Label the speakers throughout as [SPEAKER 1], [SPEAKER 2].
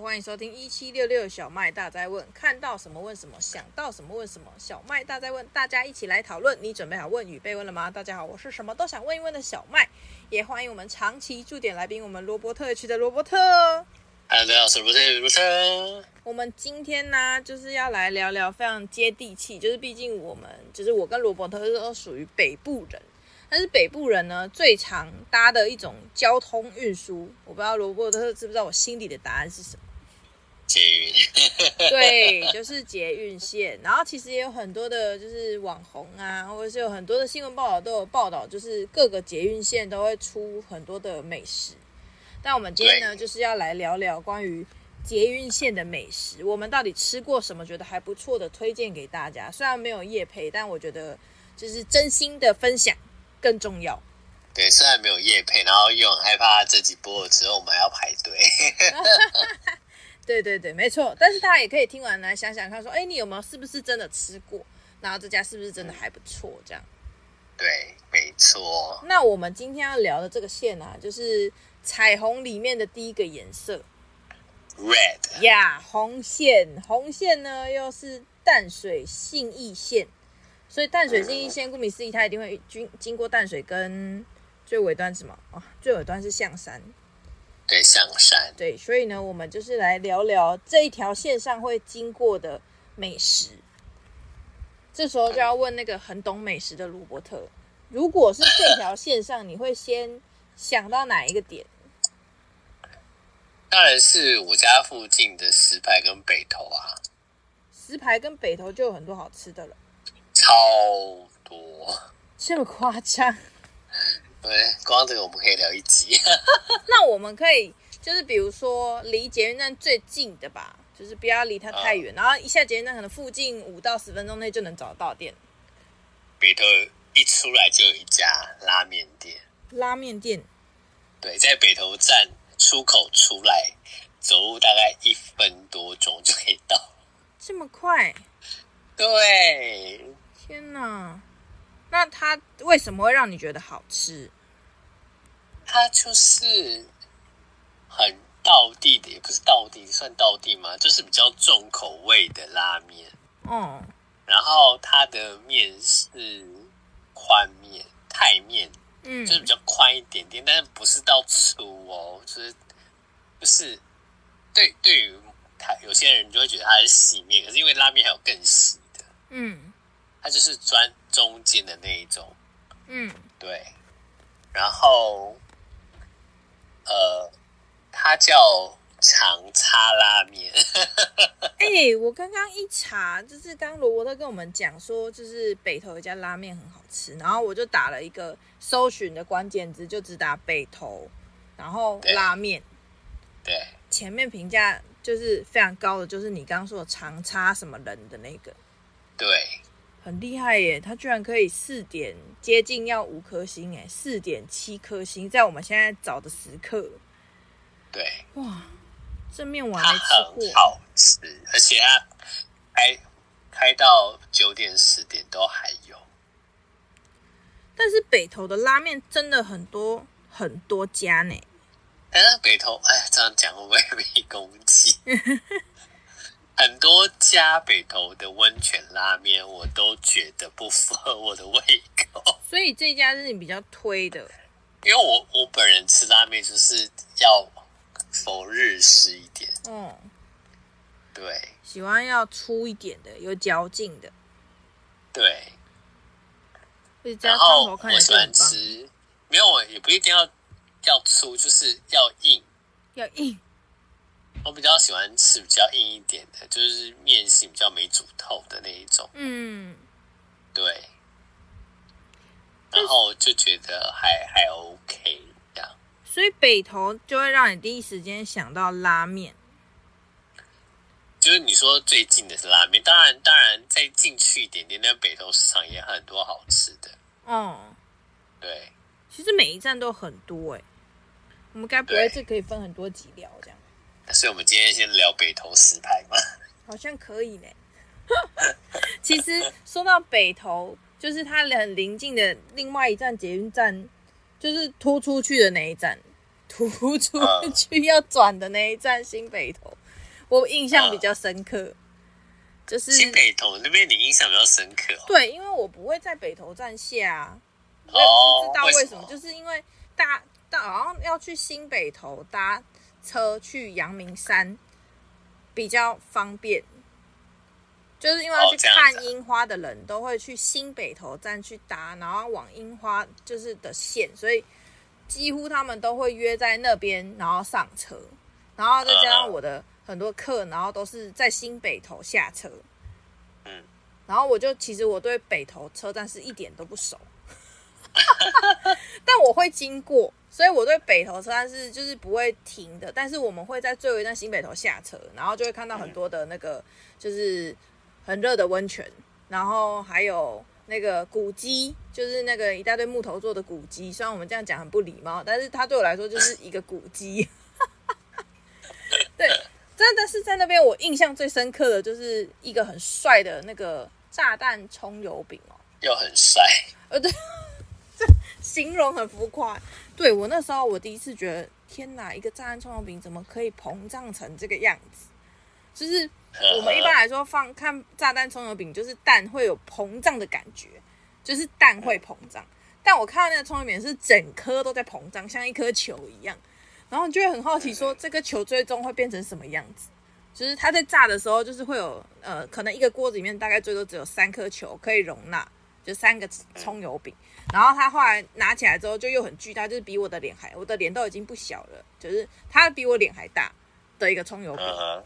[SPEAKER 1] 欢迎收听一七六六小麦大灾问，看到什么问什么，想到什么问什么。小麦大灾问，大家一起来讨论。你准备好问与被问了吗？大家好，我是什么都想问一问的小麦，也欢迎我们长期驻点来宾，我们罗伯特区的罗伯特。
[SPEAKER 2] 嗨，大家好，我是卢特卢特。
[SPEAKER 1] 我们今天呢、就是要来聊聊非常接地气，就是毕竟我们就是我跟罗伯特都属于北部人，但是北部人呢最常搭的一种交通运输，我不知道罗伯特知不知道我心里的答案是什么。
[SPEAKER 2] 捷运，
[SPEAKER 1] 对，就是捷运线。然后其实也有很多的，就是网红啊，或者是有很多的新闻报道都有报道，就是各个捷运线都会出很多的美食。但我们今天呢，
[SPEAKER 2] 对
[SPEAKER 1] 就是要来聊聊关于捷运线的美食，我们到底吃过什么觉得还不错的，推荐给大家。虽然没有夜配，但我觉得就是真心的分享更重要。
[SPEAKER 2] 对，虽然没有夜配，然后又很害怕这集播了之后我们还要排队。
[SPEAKER 1] 对对对，没错。但是大家也可以听完来想想看，说，哎，你有没有是不是真的吃过？然后这家是不是真的还不错？这样。
[SPEAKER 2] 对，没错，
[SPEAKER 1] 那我们今天要聊的这个线啊，就是彩虹里面的第一个颜色
[SPEAKER 2] Red，
[SPEAKER 1] 呀红线。红线呢又是淡水信义线，所以淡水信义线顾名思义，它一定会经经过淡水跟最尾端是什么啊？最尾端是象山。
[SPEAKER 2] 对，象山，
[SPEAKER 1] 对，所以呢，我们就是来聊聊这一条线上会经过的美食。这时候就要问那个很懂美食的罗伯特，如果是这条线上，你会先想到哪一个点？
[SPEAKER 2] 当然是我家附近的石牌跟北投啊，
[SPEAKER 1] 石牌跟北投就有很多好吃的了，
[SPEAKER 2] 超多。
[SPEAKER 1] 这么夸张？
[SPEAKER 2] 对，光这个我们可以聊一集。
[SPEAKER 1] 那我们可以就是比如说离捷运站最近的吧，就是不要离它太远，
[SPEAKER 2] 啊
[SPEAKER 1] 然后一下捷运站可能附近五到十分钟内就能找到店，
[SPEAKER 2] 北投一出来就有一家拉面店，
[SPEAKER 1] 拉面店
[SPEAKER 2] 对，在北投站出口出来，走路大概一分多钟就可以到。
[SPEAKER 1] 这么快？
[SPEAKER 2] 对，
[SPEAKER 1] 天哪！那它为什么会让你觉得好吃？
[SPEAKER 2] 它就是很道地的，也不是道地，算道地吗？就是比较重口味的拉面。
[SPEAKER 1] 哦，
[SPEAKER 2] 然后它的面是宽面、泰面，
[SPEAKER 1] 嗯
[SPEAKER 2] 就是比较宽一点点，但是不是到粗哦，就是就是对对于他有些人就会觉得它是细面，可是因为拉面还有更细的，
[SPEAKER 1] 嗯
[SPEAKER 2] 它就是专中间的那一种。
[SPEAKER 1] 嗯
[SPEAKER 2] 对，然后呃，它叫长叉拉面，
[SPEAKER 1] 哎、我刚刚一查，就是刚罗伯特跟我们讲说，就是北投有一家拉面很好吃，然后我就打了一个搜寻的关键字，就只打北投，然后
[SPEAKER 2] 对
[SPEAKER 1] 拉面，
[SPEAKER 2] 对
[SPEAKER 1] 前面评价就是非常高的，就是你刚刚说的长差什么人的那个，
[SPEAKER 2] 对
[SPEAKER 1] 很厉害耶，它居然可以四点接近要五颗星哎，四点七颗星，在我们现在找的时刻，
[SPEAKER 2] 对，
[SPEAKER 1] 哇，这面我还
[SPEAKER 2] 它
[SPEAKER 1] 没吃
[SPEAKER 2] 很
[SPEAKER 1] 过，
[SPEAKER 2] 好吃，而且它开开到九点十点都还有。
[SPEAKER 1] 但是北投的拉面真的很多很多家呢，
[SPEAKER 2] 但是北投，哎，这样讲会不会被攻击？很多家北投的温泉拉面，我都觉得不符合我的胃口。
[SPEAKER 1] 所以这家是你比较推的，
[SPEAKER 2] 因为我我本人吃拉面就是要否日式一点，
[SPEAKER 1] 哦，
[SPEAKER 2] 对
[SPEAKER 1] 喜欢要粗一点的，有嚼劲的，
[SPEAKER 2] 对。
[SPEAKER 1] 而且这家
[SPEAKER 2] 然
[SPEAKER 1] 汤
[SPEAKER 2] 后
[SPEAKER 1] 头看
[SPEAKER 2] 我
[SPEAKER 1] 起
[SPEAKER 2] 喜
[SPEAKER 1] 来就很
[SPEAKER 2] 欢
[SPEAKER 1] 棒，
[SPEAKER 2] 吃，没有啊我也不一定要要粗，就是要硬。
[SPEAKER 1] 要硬，
[SPEAKER 2] 我比较喜欢吃比较硬一点的，就是面性比较没煮透的那一种，
[SPEAKER 1] 嗯。
[SPEAKER 2] 对。然后就觉得还还 OK 这样，
[SPEAKER 1] 所以北投就会让你第一时间想到拉面，
[SPEAKER 2] 就是你说最近的是拉面，当然当然再进去一点点，那北投市场也很多好吃的，
[SPEAKER 1] 哦，
[SPEAKER 2] 对。
[SPEAKER 1] 其实每一站都很多哎、我们该不会
[SPEAKER 2] 对
[SPEAKER 1] 这可以分很多集聊这样？
[SPEAKER 2] 所以我们今天先聊北投石牌嘛。
[SPEAKER 1] 好像可以呢。 其实说到北投，就是它很临近的另外一站捷运站，就是突
[SPEAKER 2] 啊
[SPEAKER 1] 出去的那一站，突出去要转的那一站新北投，我印象比较深刻，就是
[SPEAKER 2] 新北投那边你印象比较深刻哦。
[SPEAKER 1] 对，因为我不会在北投站下、啊，我也
[SPEAKER 2] 哦
[SPEAKER 1] 不知道
[SPEAKER 2] 为
[SPEAKER 1] 为
[SPEAKER 2] 什
[SPEAKER 1] 什
[SPEAKER 2] 么
[SPEAKER 1] 么，就是因为大大好像要去新北投搭车去阳明山比较方便，就是因为要
[SPEAKER 2] 哦
[SPEAKER 1] 去
[SPEAKER 2] 这样子啊
[SPEAKER 1] 看樱花的人都会去新北投站去搭，然后往樱花就是的线，所以几乎他们都会约在那边，然后上车，然后再加上我的很多课，然后都是在新北投下车。
[SPEAKER 2] 嗯，
[SPEAKER 1] 然后我就其实我对北投车站是一点都不熟， 但我会经过，所以我对北投车站是就是不会停的。但是我们会在最后一站新北投下车，然后就会看到很多的那个就是很热的温泉，然后还有那个古迹，就是那个一大堆木头做的古迹。虽然我们这样讲很不礼貌，但是它对我来说就是一个古迹。 对，真的是在那边，我印象最深刻的就是一个很帅的那个炸弹葱油饼哦，
[SPEAKER 2] 又很帅，
[SPEAKER 1] 呃，对，形容很浮夸。对我那时候，我第一次觉得，天哪，一个炸弹葱油饼怎么可以膨胀成这个样子？就是我们一般来说放看炸弹葱油饼，就是蛋会有膨胀的感觉，就是蛋会膨胀。但我看到那个葱油饼是整颗都在膨胀，像一颗球一样。然后你就会很好奇说，这个球最终会变成什么样子？就是它在炸的时候，就是会有呃，可能一个锅子里面大概最多只有三颗球可以容纳，就三个葱油饼。然后它后来拿起来之后就又很巨大，就是比我的脸还，我的脸都已经不小了，就是它比我脸还大的一个葱油饼。
[SPEAKER 2] 嗯哼，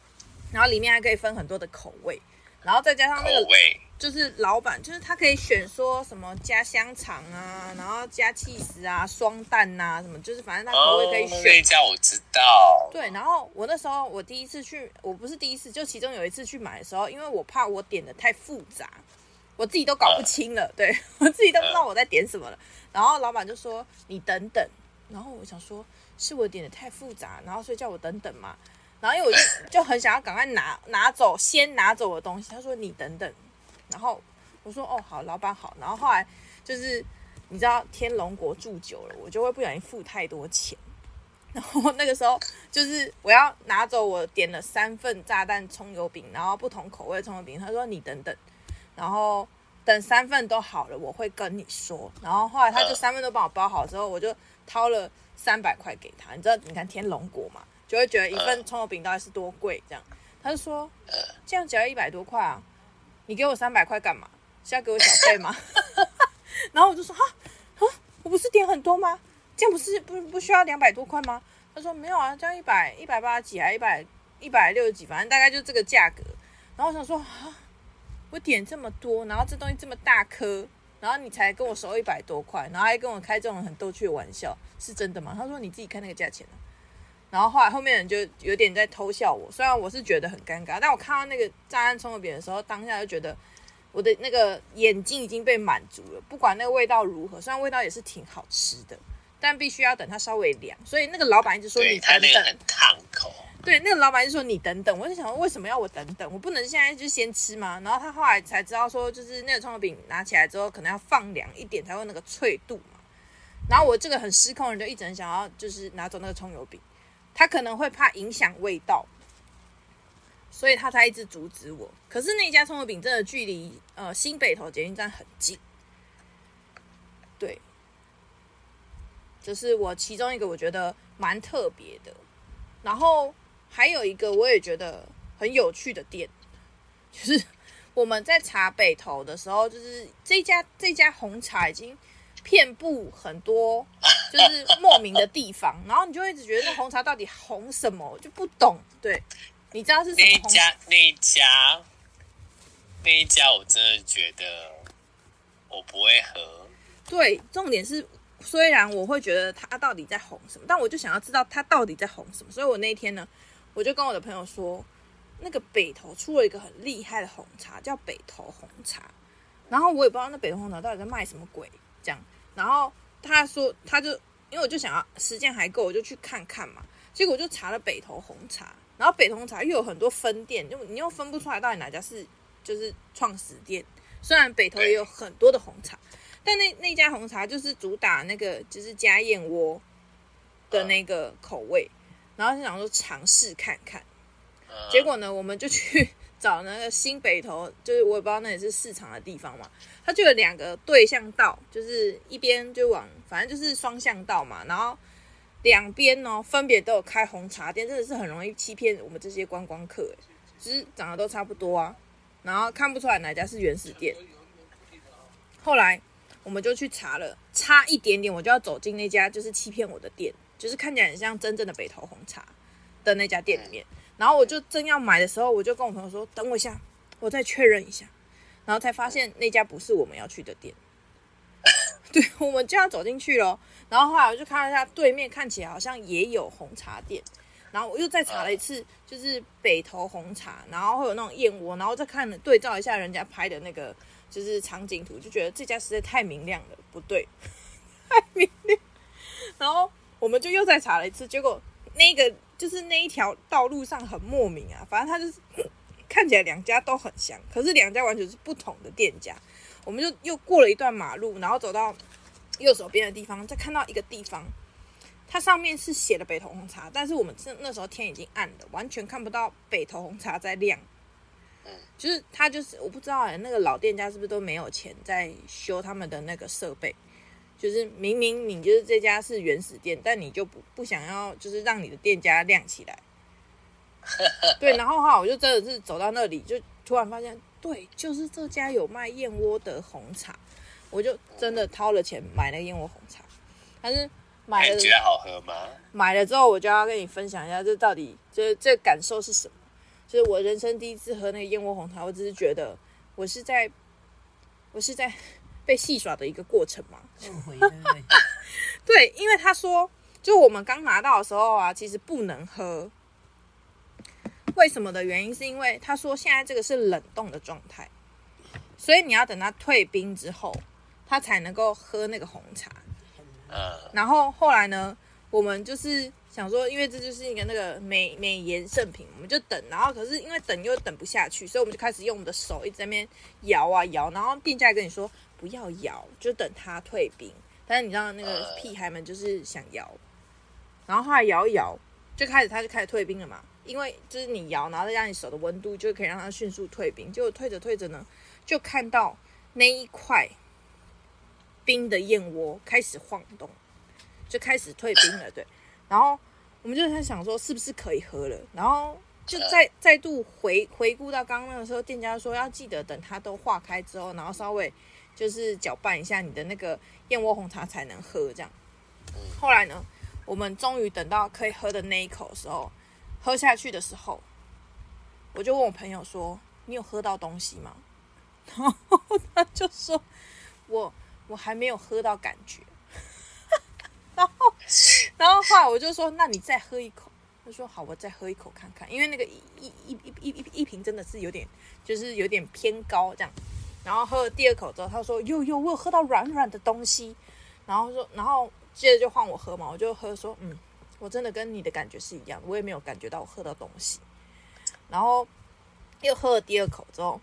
[SPEAKER 1] 然后里面还可以分很多的口味，然后再加上那
[SPEAKER 2] 口
[SPEAKER 1] 个
[SPEAKER 2] 味
[SPEAKER 1] 就是老板，就是他可以选说什么加香肠啊，然后加 cheese 啊，双蛋呐、什么，就是反正他口味可以
[SPEAKER 2] 哦那一
[SPEAKER 1] 选。
[SPEAKER 2] 家我知道，
[SPEAKER 1] 对，然后我那时候我第一次去，我不是第一次，就其中有一次去买的时候，因为我怕我点的太复杂，我自己都搞不清了，对我自己都不知道我在点什么了。然后老板就说你等等，然后我想说是我点的太复杂，然后所以叫我等等嘛。然后因为我就 就很想要赶快拿拿走，先拿走我的东西。他说你等等，然后我说哦好，老板好。然后后来就是你知道天龙国住久了，我就会不小心付太多钱。然后那个时候就是我要拿走我点了三份炸弹葱油饼，然后不同口味的葱油饼。他说你等等，然后等三份都好了，我会跟你说。然后后来他就
[SPEAKER 2] 嗯
[SPEAKER 1] 三份都帮我包好之后，我就掏了三百块给他。你知道，你看天龙国嘛，就会觉得一份葱油饼到底是多贵这样。他就说，这样只要一百多块啊，你给我三百块干嘛？是要给我小费吗？ 然后我就说哈啊，我不是点很多吗？这样不是不不需要两百多块吗？他说没有啊，这样一百一百八十几还啊一百一百六十几，反正大概就这个价格。然后我想说啊，我点这么多，然后这东西这么大颗，然后你才跟我收一百多块，然后还跟我开这种很逗趣的玩笑，是真的吗？他说你自己看那个价钱啊。然后后来后面人就有点在偷笑我，虽然我是觉得很尴尬，但我看到那个炸弹葱油饼的时候，当下就觉得我的那个眼睛已经被满足了，不管那个味道如何，虽然味道也是挺好吃的，但必须要等它稍微凉。所以那个老板一直说
[SPEAKER 2] 对
[SPEAKER 1] 你
[SPEAKER 2] 他
[SPEAKER 1] 等
[SPEAKER 2] 那个
[SPEAKER 1] 等
[SPEAKER 2] 很，烫口，
[SPEAKER 1] 对，那个老板就说你等等，我就想说为什么要我等等？我不能现在就先吃吗？然后他后来才知道说，就是那个葱油饼拿起来之后，可能要放凉一点才会有那个脆度嘛。然后我这个很失控的人就一直很想要就是拿走那个葱油饼，他可能会怕影响味道，所以他才一直阻止我。可是那家葱油饼真的距离呃新北投捷运站很近，对，就是我其中一个我觉得蛮特别的。然后还有一个我也觉得很有趣的店，就是我们在茶北头的时候，就是这家这家红茶已经遍布很多就是莫名的地方，然后你就会一直觉得那红茶到底红什么，我就不懂。对，你知道是什
[SPEAKER 2] 那一
[SPEAKER 1] 么红茶？
[SPEAKER 2] 家那一家那一家我真的觉得我不会喝，
[SPEAKER 1] 对，重点是，虽然我会觉得他到底在红什么，但我就想要知道他到底在红什么。所以我那一天呢，我就跟我的朋友说，那个北投出了一个很厉害的红茶，叫北投红茶。然后我也不知道那北投红茶到底在卖什么鬼，这样。然后他说，他就因为我就想要时间还够，我就去看看嘛。结果我就查了北投红茶，然后北投红茶又有很多分店，就你又分不出来到底哪家是就是创始店。虽然北投也有很多的红茶，但那那家红茶就是主打那个就是加燕窝的那个口味，然后就想说尝试看看，
[SPEAKER 2] 嗯
[SPEAKER 1] 结果呢，我们就去 找那个新北头，就是我也不知道那里是市场的地方嘛，它就有两个对向道，就是一边就往，反正就是双向道嘛，然后两边呢分别都有开红茶店，真的是很容易欺骗我们这些观光客、欸，就是长得都差不多啊，然后看不出来哪家是原始店。后来我们就去查了，差一点点我就要走进那家就是欺骗我的店，就是看起来很像真正的北投红茶的那家店里面。然后我就正要买的时候，我就跟我朋友说：“等我一下，我再确认一下。”然后才发现那家不是我们要去的店。 对，我们就要走进去了。然后后来我就看了一下对面，看起来好像也有红茶店。然后我又再查了一次，就是北投红茶，然后会有那种燕窝，然后再看了对照一下人家拍的那个就是场景图，就觉得这家实在太明亮了，不对， 太明亮。然后我们就又再查了一次，结果那个就是那一条道路上很莫名啊，反正它就是看起来两家都很像，可是两家完全是不同的店家。我们就又过了一段马路，然后走到右手边的地方，再看到一个地方，它上面是写的北投红茶，但是我们是那时候天已经暗了，完全看不到北投红茶在亮。
[SPEAKER 2] 嗯
[SPEAKER 1] 就是他就是我不知道哎、那个老店家是不是都没有钱在修他们的那个设备？就是明明你就是这家是原始店，但你就不不想要，就是让你的店家亮起来。对，然后哈，我就真的是走到那里，就突然发现，对，就是这家有卖燕窝的红茶，我就真的掏了钱买了燕窝红茶。但是买
[SPEAKER 2] 哎
[SPEAKER 1] 了
[SPEAKER 2] 你觉得好喝吗？
[SPEAKER 1] 买了之后，我就要跟你分享一下，这到底这这感受是什么？就是我人生第一次喝那个燕窝红茶，我只是觉得我是在我是在被戏耍的一个过程嘛。
[SPEAKER 3] 后悔对不对？
[SPEAKER 1] 对，因为他说，就我们刚拿到的时候啊，其实不能喝。为什么的原因是因为他说现在这个是冷冻的状态，所以你要等它退冰之后，它才能够喝那个红茶。
[SPEAKER 2] 嗯，
[SPEAKER 1] 然后后来呢，我们就是想说，因为这就是一个那个美美颜圣品，我们就等。然后可是因为等又等不下去，所以我们就开始用我们的手一直在那边摇啊摇。然后店家也跟你说不要摇，就等它退冰。但是你知道那个
[SPEAKER 2] 呃
[SPEAKER 1] 屁孩们就是想摇，然后后来摇一摇，就开始它就开始退冰了嘛。因为就是你摇，然后再加上你手的温度，就可以让它迅速退冰。结果退着退着呢，就看到那一块冰的燕窝开始晃动，就开始退冰了。对，然后我们就在想说是不是可以喝了，然后就再再度回回顾到刚刚那个时候，店家说要记得等它都化开之后，然后稍微就是搅拌一下你的那个燕窝红茶才能喝这样。后来呢，我们终于等到可以喝的那一口的时候，喝下去的时候，我就问我朋友说：“你有喝到东西吗？”然后他就说：“我我还没有喝到感觉。” 然后后来我就说，那你再喝一口。他说好，我再喝一口看看，因为那个一一一一一一一瓶真的是有点，就是有点偏高这样。然后喝了第二口之后，他说哟哟，我有喝到软软的东西。然后说，然后接着就换我喝嘛，我就喝说，嗯，我真的跟你的感觉是一样，我也没有感觉到我喝到东西。然后又喝了第二口之后，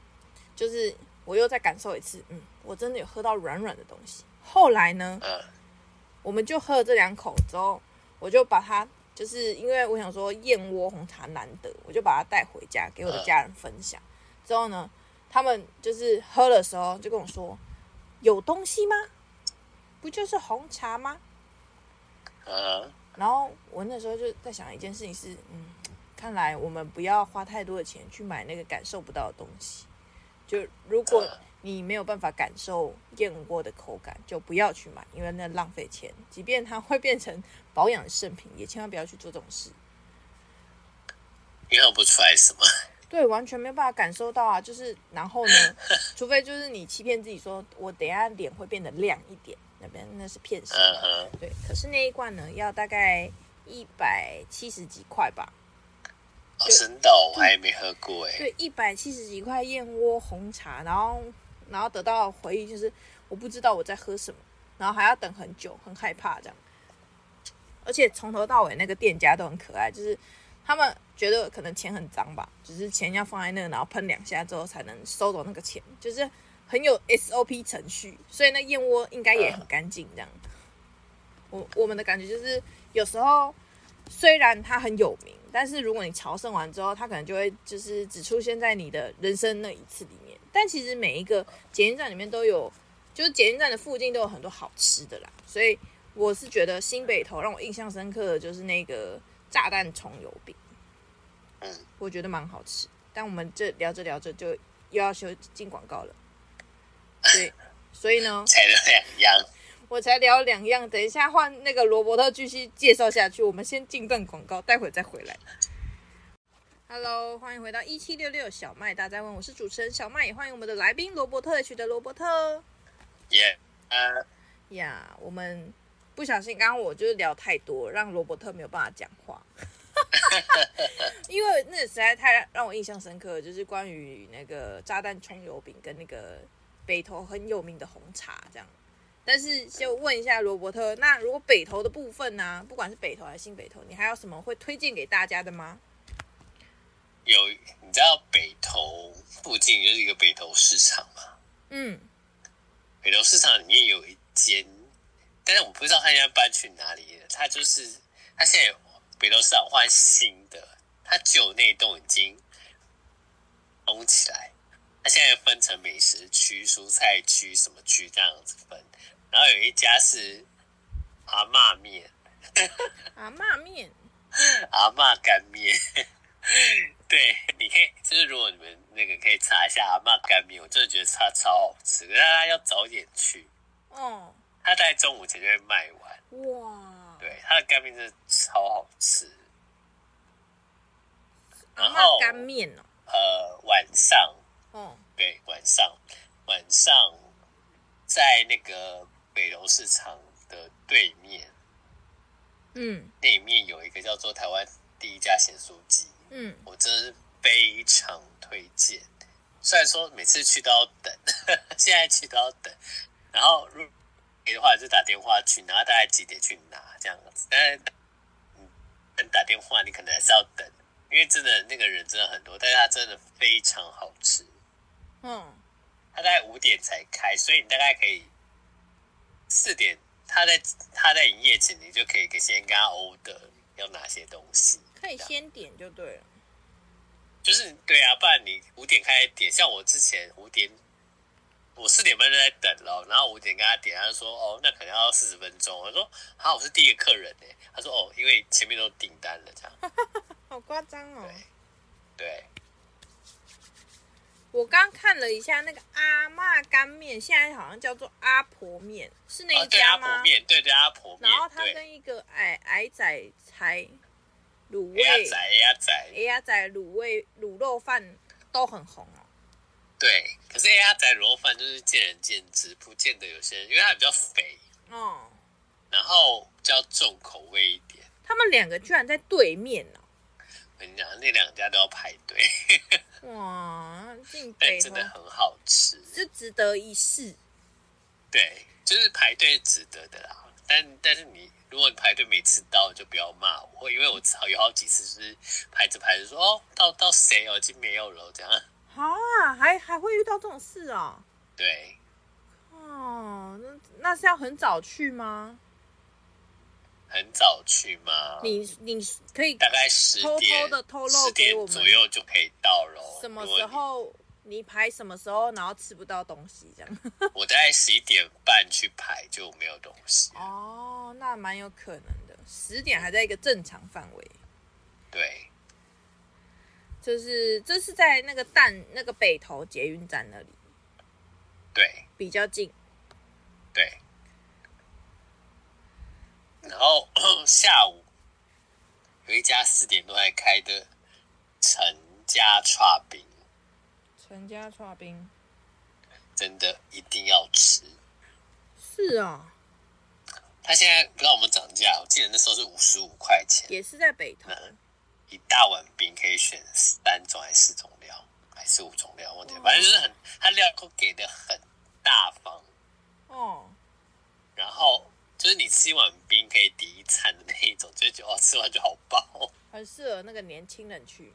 [SPEAKER 1] 就是我又再感受一次，嗯，我真的有喝到软软的东西。后来呢，
[SPEAKER 2] 嗯
[SPEAKER 1] 我们就喝了这两口之后，我就把它，就是因为我想说燕窝红茶难得，我就把它带回家给我的家人分享。之后呢，他们就是喝的时候就跟我说：“有东西吗？不就是红茶吗
[SPEAKER 2] 嗯，？”
[SPEAKER 1] 然后我那时候就在想一件事情是，嗯，看来我们不要花太多的钱去买那个感受不到的东西。就如果你没有办法感受燕窝的口感，就不要去买，因为那浪费钱。即便它会变成保养圣品，也千万不要去做这种事。
[SPEAKER 2] 你喝不出来什么？
[SPEAKER 1] 对，完全没有办法感受到啊！就是，然后呢，除非就是你欺骗自己说，我等一下脸会变得亮一点，那边那是骗谁
[SPEAKER 2] 嗯
[SPEAKER 1] 的？
[SPEAKER 2] 哼，
[SPEAKER 1] 对，可是那一罐呢，要大概一百七十几块吧。
[SPEAKER 2] 哦，真的哦，我还没喝过哎。
[SPEAKER 1] 对，一百七十几块燕窝红茶，然后然后得到的回忆就是我不知道我在喝什么，然后还要等很久，很害怕这样。而且从头到尾那个店家都很可爱，就是他们觉得可能钱很脏吧，只是钱要放在那，然后喷两下之后才能收走那个钱，就是很有 SOP 程序，所以那燕窝应该也很干净这样。我我们的感觉就是有时候虽然它很有名，但是如果你朝圣完之后，它可能就会就是只出现在你的人生那一次里面。但其实每一个捷运站里面都有，就是捷运站的附近都有很多好吃的啦。所以我是觉得新北投让我印象深刻的就是那个炸弹葱油饼，
[SPEAKER 2] 嗯，
[SPEAKER 1] 我觉得蛮好吃。但我们这聊着聊着就又要修进广告了，对，所以呢，
[SPEAKER 2] 才了两样。
[SPEAKER 1] 我才聊两样，等一下换那个罗伯特继续介绍下去。我们先进段广告，待会再回来。Hello，欢迎回到一七六六小麦大家问，我是主持人小麦，也欢迎我们的来宾罗伯特 H 的罗伯特。
[SPEAKER 2] 耶、呃，
[SPEAKER 1] 呀、我们不小心，刚刚我就是聊太多，让罗伯特没有办法讲话，因为那实在太让我印象深刻了，就是关于那个炸弹葱油饼跟那个北投很有名的红茶这样。但是先问一下罗伯特，那如果北投的部分呢、不管是北投还是新北投，你还有什么会推荐给大家的吗？
[SPEAKER 2] 有你知道北投附近就是一个北投市场嘛？
[SPEAKER 1] 嗯，
[SPEAKER 2] 北投市场里面有一间，但是我不知道他现在搬去哪里了。他就是他现在有北投市场换新的，他旧那一栋已经封起来，他现在分成美食区、蔬菜区什么区这样子分。然后有一家是阿嬷面，
[SPEAKER 1] 阿嬷面，
[SPEAKER 2] 阿嬷干面。 对，你可以就是如果你们那个可以查一下阿嬷干面，我真的觉得它超好吃，但它要早点去，
[SPEAKER 1] 哦，
[SPEAKER 2] 它大概中午前就会卖完。
[SPEAKER 1] 哇，
[SPEAKER 2] 对，它的干面真的超好吃。
[SPEAKER 1] 阿
[SPEAKER 2] 然后
[SPEAKER 1] 嬷干面哦，
[SPEAKER 2] 呃，晚上
[SPEAKER 1] 哦，
[SPEAKER 2] 对晚上晚上在那个北楼市场的对面，
[SPEAKER 1] 嗯
[SPEAKER 2] 那里面有一个叫做台湾第一家咸酥鸡，
[SPEAKER 1] 嗯，
[SPEAKER 2] 我真的是非常推荐。虽然说每次去都要等， 现在去都要等，然后如果可以的话就打电话去，然后大概几点去拿这样子。但是嗯但打电话你可能还是要等，因为真的那个人真的很多，但是它真的非常好吃。
[SPEAKER 1] 哦，
[SPEAKER 2] 它大概五点才开，所以你大概可以四点，他在他在营业前你就可以给先跟他 order 要哪些东西。
[SPEAKER 1] 可以先点就对了。
[SPEAKER 2] 就是对啊，不然你五点开始点，像我之前五点，我四点半就在等了，然后五点跟他点，他就说哦，那可能要四十分钟。我说好，我是第一个客人呢。他说哦，因为前面都订单了这样。
[SPEAKER 1] 好夸张哦！
[SPEAKER 2] 对，
[SPEAKER 1] 我刚看了一下那个阿嬷干面，现在好像叫做阿婆面，是 那
[SPEAKER 2] 哦
[SPEAKER 1] 一
[SPEAKER 2] 对
[SPEAKER 1] 家
[SPEAKER 2] 阿
[SPEAKER 1] 吗？
[SPEAKER 2] 婆面，对对阿婆面
[SPEAKER 1] 然后，它
[SPEAKER 2] 对
[SPEAKER 1] 跟一个矮矮仔才卤
[SPEAKER 2] 哎呀
[SPEAKER 1] 味，
[SPEAKER 2] 仔哎呀仔，
[SPEAKER 1] 矮仔卤味卤肉饭都很红哦。
[SPEAKER 2] 对。可是哎呀仔卤肉饭就是见仁见智，不见得有些人，因为他比较肥，
[SPEAKER 1] 哦，
[SPEAKER 2] 然后比较重口味一点。
[SPEAKER 1] 他们两个居然在对面哦呢、
[SPEAKER 2] 我跟你讲，那两家都要排队，
[SPEAKER 1] 哇，进
[SPEAKER 2] 但
[SPEAKER 1] 北
[SPEAKER 2] 哎真
[SPEAKER 1] 头
[SPEAKER 2] 的很好吃。
[SPEAKER 1] 是值得一试。
[SPEAKER 2] 对，就是排队值得的啦。但但是你如果你排队没吃到，就不要骂我，因为我知道有好几次是排着排着说哦，到到谁哦，已经没有了这样。
[SPEAKER 1] 啊，还还会遇到这种事哦？
[SPEAKER 2] 对，
[SPEAKER 1] 哦，那那是要很早去吗？
[SPEAKER 2] 很早去嘛，
[SPEAKER 1] 你你可以
[SPEAKER 2] 大概十
[SPEAKER 1] 偷偷
[SPEAKER 2] 点
[SPEAKER 1] 地透露
[SPEAKER 2] 10
[SPEAKER 1] 给
[SPEAKER 2] 点
[SPEAKER 1] 我们
[SPEAKER 2] 左右就可以到了。
[SPEAKER 1] 什么
[SPEAKER 2] 如果
[SPEAKER 1] 时候你排什么时候，然后吃不到东西这样？
[SPEAKER 2] 你？我大概十一点半去排就没有东西 了。
[SPEAKER 1] 哦，那蛮有可能的。十点还在一个正常范围，
[SPEAKER 2] 对，
[SPEAKER 1] 就是这是在那个蛋那个北投捷运站那里
[SPEAKER 2] 对。
[SPEAKER 1] 比较近。
[SPEAKER 2] 对。然后 下午有一家四点多才开的陈家串饼，
[SPEAKER 1] 陈家串冰
[SPEAKER 2] 真的一定要吃。
[SPEAKER 1] 是啊、
[SPEAKER 2] 它现在不知道我们涨价，我记得那时候是五十五块钱，
[SPEAKER 1] 也是在北投。
[SPEAKER 2] 嗯一大碗饼可以选三种还是四种料，还是五种料，忘记了，反正就是很，它料都给的很大方。
[SPEAKER 1] 哦，
[SPEAKER 2] 然后就是你吃一碗冰可以抵一餐的那一种，就觉得哦，吃完就好饱。
[SPEAKER 1] 很适合那个年轻人去。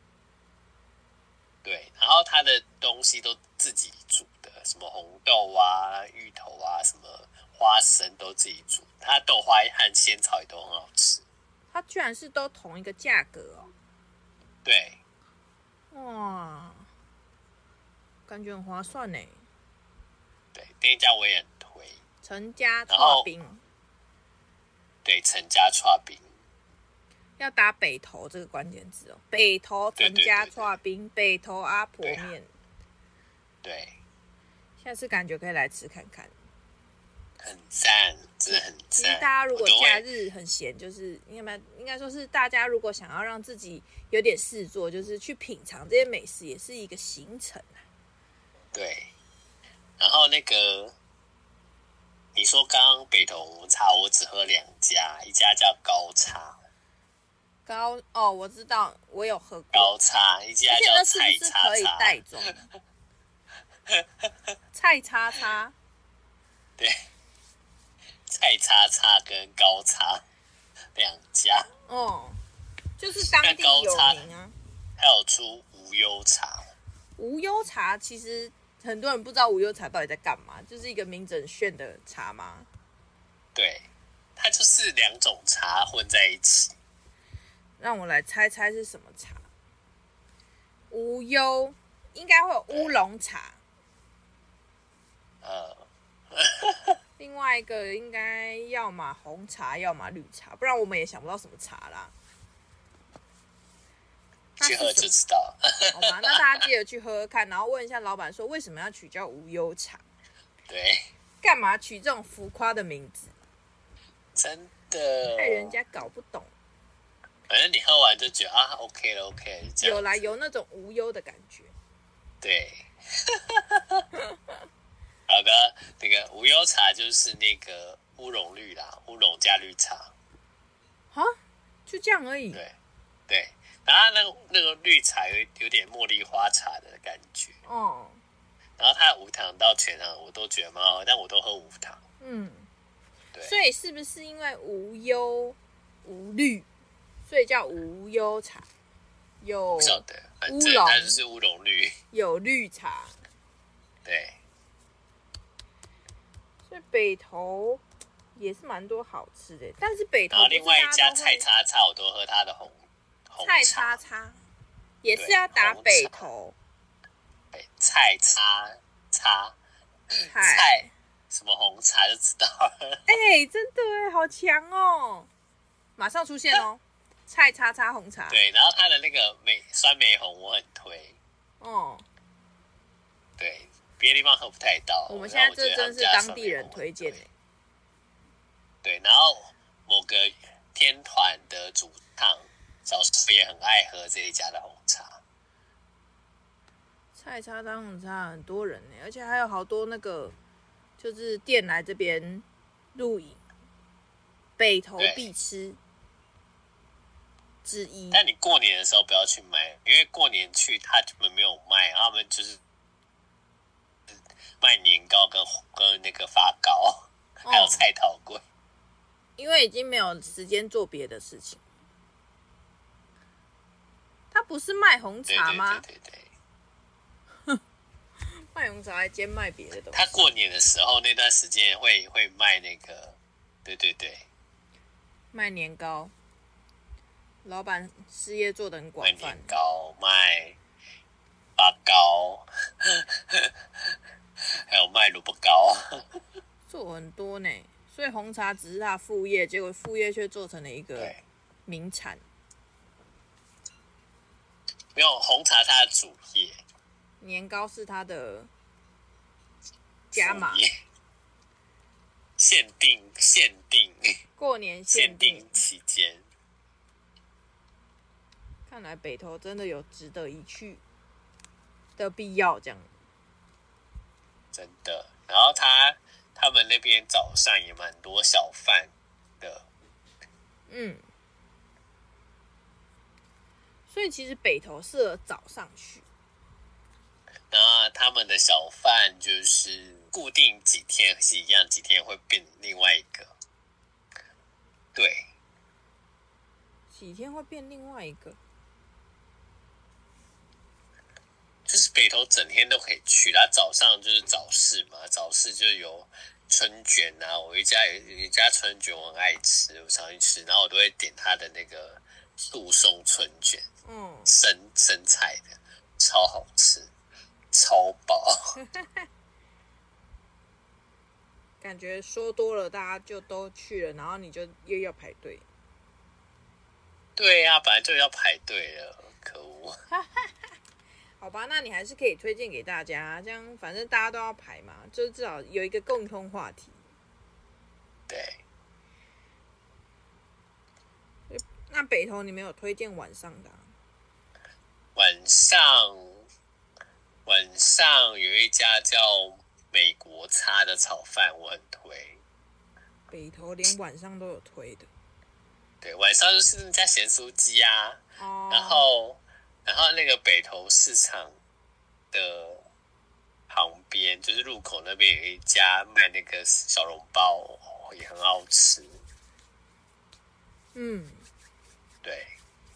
[SPEAKER 2] 对，然后它的东西都自己煮的，什么红豆啊、芋头啊、什么花生都自己煮，它豆花和仙草也都很好吃。
[SPEAKER 1] 它居然是都同一个价格
[SPEAKER 2] 对，
[SPEAKER 1] 哦，哇，感觉很划算欸呢。
[SPEAKER 2] 对，那一家我也很推。
[SPEAKER 1] 陈家
[SPEAKER 2] 然后
[SPEAKER 1] 刨冰
[SPEAKER 2] 对，陈家串冰，
[SPEAKER 1] 要打北投这个关键字哦，北投
[SPEAKER 2] 对
[SPEAKER 1] 陈
[SPEAKER 2] 对对
[SPEAKER 1] 家
[SPEAKER 2] 对
[SPEAKER 1] 串冰，北投阿婆
[SPEAKER 2] 对啊
[SPEAKER 1] 面，
[SPEAKER 2] 对，
[SPEAKER 1] 下次感觉可以来吃看看。
[SPEAKER 2] 很赞，真的很
[SPEAKER 1] 其实
[SPEAKER 2] 赞。
[SPEAKER 1] 大家如果
[SPEAKER 2] 哎我都会
[SPEAKER 1] 假日很闲，就是应该应该说是大家如果想要让自己有点事做，就是去品尝这些美食，也是一个行程啊。
[SPEAKER 2] 对，然后那个你说刚刚北投茶，我只喝两家，一家叫高茶，
[SPEAKER 1] 高哦，我知道，我有喝过，
[SPEAKER 2] 高茶，一家
[SPEAKER 1] 而且
[SPEAKER 2] 叫
[SPEAKER 1] 那是不
[SPEAKER 2] 菜
[SPEAKER 1] 是
[SPEAKER 2] 叉
[SPEAKER 1] 可以
[SPEAKER 2] 叉，
[SPEAKER 1] 袋 装？菜叉叉，
[SPEAKER 2] 对，菜叉叉跟高茶两家，
[SPEAKER 1] 哦，就是当地有名啊。
[SPEAKER 2] 还有出无忧茶，
[SPEAKER 1] 无忧茶其实很多人不知道无忧茶到底在干嘛，就是一个名字很炫的茶嘛。
[SPEAKER 2] 对，它就是两种茶混在一起。
[SPEAKER 1] 让我来猜猜是什么茶。无忧应该会有乌龙茶，
[SPEAKER 2] 呃，
[SPEAKER 1] 另外一个应该要么红茶，要么绿茶，不然我们也想不到什么茶啦。那
[SPEAKER 2] 去喝
[SPEAKER 1] 是
[SPEAKER 2] 就
[SPEAKER 1] 什
[SPEAKER 2] 知道了。
[SPEAKER 1] 么？好吧，那大家记得去喝喝看，然后问一下老板说为什么要取叫无忧茶，
[SPEAKER 2] 对，
[SPEAKER 1] 干嘛取这种浮夸的名字，
[SPEAKER 2] 真的。
[SPEAKER 1] 害人家搞不懂。
[SPEAKER 2] 反正你喝完就觉得啊，OK 了，OK 了，这样
[SPEAKER 1] 有啦，有那种无忧的感觉。
[SPEAKER 2] 对。 好的，那个无忧茶就是那个乌龙绿啦，乌龙加绿茶，
[SPEAKER 1] 啊，就这样而已。
[SPEAKER 2] 对对。然后它那个那个绿茶有有点茉莉花茶的感觉，
[SPEAKER 1] 哦，
[SPEAKER 2] 然后它的无糖到全糖我都觉得蛮好喝，但我都喝无糖。
[SPEAKER 1] 嗯，
[SPEAKER 2] 对
[SPEAKER 1] 所以是不是因为无忧无虑，所以叫无忧茶？有
[SPEAKER 2] 不晓得，反
[SPEAKER 1] 乌
[SPEAKER 2] 正它
[SPEAKER 1] 龙
[SPEAKER 2] 就是乌龙绿，
[SPEAKER 1] 有绿茶，
[SPEAKER 2] 对
[SPEAKER 1] 所以北投也是蛮多好吃的。但是北投
[SPEAKER 2] 然后另外一家
[SPEAKER 1] 哦不是大
[SPEAKER 2] 菜
[SPEAKER 1] 家
[SPEAKER 2] 叉叉，我都喝它的红
[SPEAKER 1] 都会
[SPEAKER 2] 红
[SPEAKER 1] 菜
[SPEAKER 2] 茶
[SPEAKER 1] 叉，叉，也是要打北投
[SPEAKER 2] 对菜叉叉
[SPEAKER 1] 菜。
[SPEAKER 2] 菜什么红茶就知道了。
[SPEAKER 1] 哎、真的哎，好强哦！马上出现哦，菜叉叉红茶。
[SPEAKER 2] 啊对，然后它的那个梅酸梅红我很推，
[SPEAKER 1] 哦，
[SPEAKER 2] 对，别的地方喝不太到。
[SPEAKER 1] 我们现
[SPEAKER 2] 哦然
[SPEAKER 1] 在
[SPEAKER 2] 后
[SPEAKER 1] 这
[SPEAKER 2] 觉得
[SPEAKER 1] 真
[SPEAKER 2] 他们
[SPEAKER 1] 是
[SPEAKER 2] 家的
[SPEAKER 1] 当地
[SPEAKER 2] 酸梅
[SPEAKER 1] 人
[SPEAKER 2] 红
[SPEAKER 1] 推荐哎
[SPEAKER 2] 很。对，然后某个天团的主烫小时候也很爱喝这一家的红茶。
[SPEAKER 1] 菜叉当红茶很多人呢、欸而且还有好多那个就是店来这边露营，北投
[SPEAKER 2] 对
[SPEAKER 1] 必吃之一。
[SPEAKER 2] 但你过年的时候不要去买，因为过年去他们没有卖，他们就是卖年糕跟跟那个发糕，还有
[SPEAKER 1] 哦
[SPEAKER 2] 菜头粿。
[SPEAKER 1] 因为已经没有时间做别的事情。他不是卖红
[SPEAKER 2] 对
[SPEAKER 1] 茶
[SPEAKER 2] 对
[SPEAKER 1] 吗？
[SPEAKER 2] 对对对。
[SPEAKER 1] 卖红茶还兼卖别的东西
[SPEAKER 2] 他。过年的时候那段时间会会卖那个，对对对，
[SPEAKER 1] 卖年糕，老板事业做得很广
[SPEAKER 2] 卖
[SPEAKER 1] 泛
[SPEAKER 2] 年。糕、卖发糕， 还有卖萝卜糕。
[SPEAKER 1] 做很多呢，所以红茶只是他副业，结果副业却做成了一个
[SPEAKER 2] 对，
[SPEAKER 1] 名产。
[SPEAKER 2] 没有红茶它的主业，
[SPEAKER 1] 年糕是他的加码
[SPEAKER 2] 主，业限定限定
[SPEAKER 1] 过年
[SPEAKER 2] 限
[SPEAKER 1] 限定
[SPEAKER 2] 定。期间，
[SPEAKER 1] 看来北投真的有值得一去的必要，这样。
[SPEAKER 2] 真的。然后他他们那边早上也蛮多小贩的，
[SPEAKER 1] 嗯。所以其实北投适合早上去，
[SPEAKER 2] 那他们的小贩就是固定几天是一样，几天会变另外一个。对，
[SPEAKER 1] 几天会变另外一个。
[SPEAKER 2] 就是北投整天都可以去啦。早上就是早市嘛，早市就有春卷啊，我一家有有一家春卷我很爱吃，我常去吃，然后我都会点它的那个素松春卷，
[SPEAKER 1] 嗯，
[SPEAKER 2] 生生菜的，超好吃，超饱。
[SPEAKER 1] 感觉说多了，大家就都去了，然后你就又要排队。
[SPEAKER 2] 对呀、本来就要排队了，可恶。
[SPEAKER 1] 好吧，那你还是可以推荐给大家，这样反正大家都要排嘛，就至少有一个共通话题。
[SPEAKER 2] 对，
[SPEAKER 1] 那北投你没有推荐晚上的啊、
[SPEAKER 2] 晚上晚上有一家叫美国叉的炒饭，我很推。
[SPEAKER 1] 北投连晚上都有推的。
[SPEAKER 2] 对，晚上就是那家咸酥鸡啊，
[SPEAKER 1] 哦，
[SPEAKER 2] 然后然后那个北投市场的旁边，就是入口那边有一家卖那个小笼包，哦也很好吃。
[SPEAKER 1] 嗯，
[SPEAKER 2] 对，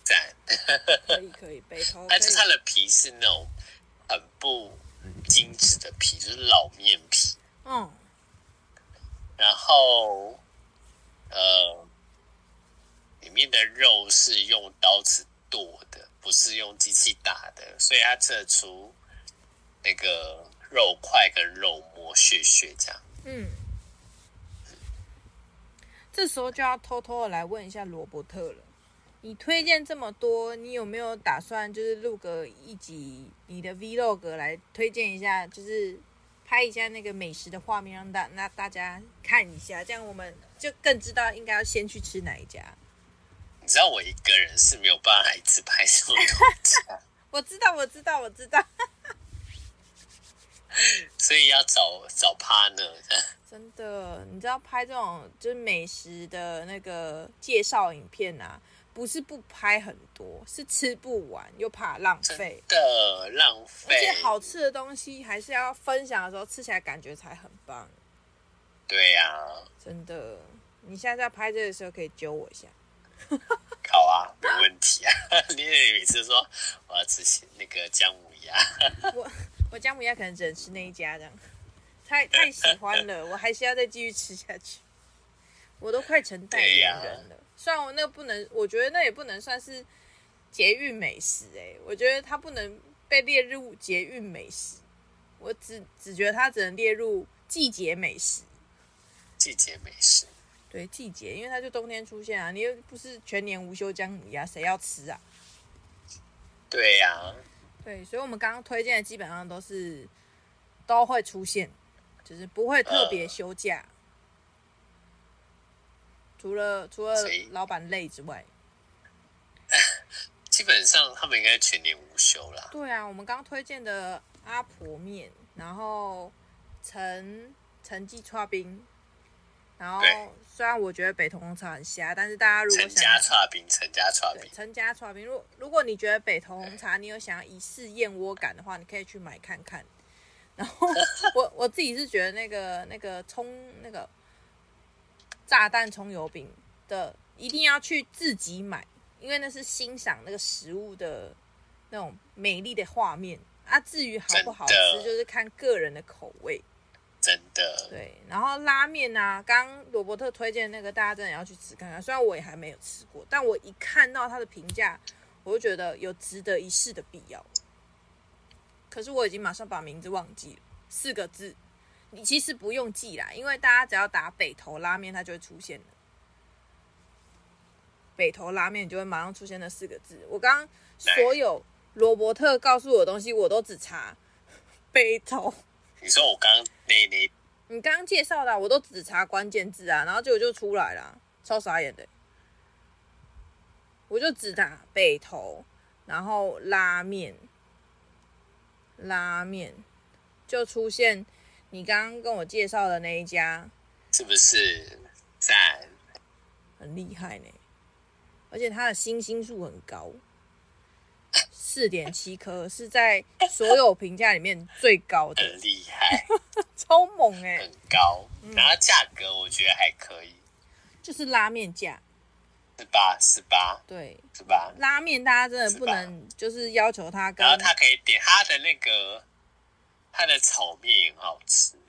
[SPEAKER 2] 赞。
[SPEAKER 1] 可以可以，北投可
[SPEAKER 2] 但是它
[SPEAKER 1] 以。
[SPEAKER 2] 的皮是那种很不精致的皮，就是老面皮。
[SPEAKER 1] 嗯，
[SPEAKER 2] 然后，呃，里面的肉是用刀子剁的，不是用机器打的，所以它吃得出那个肉块跟肉末屑屑这样。
[SPEAKER 1] 嗯，这时候就要偷偷的来问一下罗伯特了。你推荐这么多，你有没有打算就是录个一集你的 Vlog 来推荐一下，就是拍一下那个美食的画面，让大那大家看一下，这样我们就更知道应该要先去吃哪一家。
[SPEAKER 2] 你知道我一个人是没有办法一次拍这么多家，
[SPEAKER 1] 我知道，我知道，我知道，
[SPEAKER 2] 所以要找找 partner 这样。
[SPEAKER 1] 真的，你知道拍这种就是美食的那个介绍影片啊，不是不拍很多，是吃不完又怕浪费
[SPEAKER 2] 真。的浪
[SPEAKER 1] 而且
[SPEAKER 2] 费。
[SPEAKER 1] 好吃的东西还是要分享的时候吃起来感觉才很棒，
[SPEAKER 2] 对啊呀、
[SPEAKER 1] 真的。你下次要拍这个时候可以揪我一下，
[SPEAKER 2] 好啊，没问题啊。 你也每次说我要吃那个姜母鸭，
[SPEAKER 1] 我我姜母鸭可能只能吃那一家这样，太太喜欢了，我还是要再继续吃下去，我都快成代言人了。虽然我那个不能，我觉得那也不能算是捷运美食哎、我觉得它不能被列入捷运美食，我只只觉得它只能列入季节美食。
[SPEAKER 2] 季节美食。
[SPEAKER 1] 对季节，因为它就冬天出现啊，你又不是全年无休姜母鸭，谁要吃啊？
[SPEAKER 2] 对啊呀、
[SPEAKER 1] 对，所以我们刚刚推荐的基本上都是都会出现，就是不会特
[SPEAKER 2] 呃
[SPEAKER 1] 别休假，除了除了
[SPEAKER 2] 所以
[SPEAKER 1] 老板累之外。
[SPEAKER 2] 基本上他们应该全年无休啦。
[SPEAKER 1] 对啊，我们刚推荐的阿婆面，然后陈陈记串冰，然后
[SPEAKER 2] 对
[SPEAKER 1] 虽然我觉得北同红茶很瞎，但是大家如果
[SPEAKER 2] 陈
[SPEAKER 1] 想
[SPEAKER 2] 家
[SPEAKER 1] 要
[SPEAKER 2] 串饼，陈家串
[SPEAKER 1] 对，
[SPEAKER 2] 饼，
[SPEAKER 1] 陈家刨冰。如果如果你觉得北投红茶你有想要一试燕窝感的话，你可以去买看看。然后我我自己是觉得那个那个葱那个炸弹葱油饼的一定要去自己买，因为那是欣赏那个食物的那种美丽的画面啊。至于好不好
[SPEAKER 2] 真的
[SPEAKER 1] 吃，就是看个人的口味。
[SPEAKER 2] 真的。
[SPEAKER 1] 对，然后拉面啊，刚刚罗伯特推荐那个，大家真的要去吃看看。虽然我也还没有吃过，但我一看到他的评价，我就觉得有值得一试的必要。可是我已经马上把名字忘记了，四个字，你其实不用记啦，因为大家只要打北投拉面，它就会出现的。北投拉面就会马上出现那四个字。我刚刚所有罗伯特告诉我的东西，我都只查北投
[SPEAKER 2] 你说我刚刚那那
[SPEAKER 1] 你刚刚介绍的啊、我都只查关键字啊，然后结果就出来了，啊超傻眼的。我就只打北投，然后拉面，拉面就出现你刚刚跟我介绍的那一家，
[SPEAKER 2] 是不是赞？
[SPEAKER 1] 很厉害呢，而且它的星星数很高，四点七颗是在所有评价里面最高的，
[SPEAKER 2] 很厉害，
[SPEAKER 1] 超猛哎、
[SPEAKER 2] 很 高。然后价格我觉得还可以，
[SPEAKER 1] 就是拉面价，
[SPEAKER 2] 是吧？是吧？
[SPEAKER 1] 对，
[SPEAKER 2] 是吧？
[SPEAKER 1] 拉面大家真的
[SPEAKER 2] 是
[SPEAKER 1] 不
[SPEAKER 2] 吧
[SPEAKER 1] 能就是要求它跟
[SPEAKER 2] 然后它可以点它的那个，它的炒面也很好吃。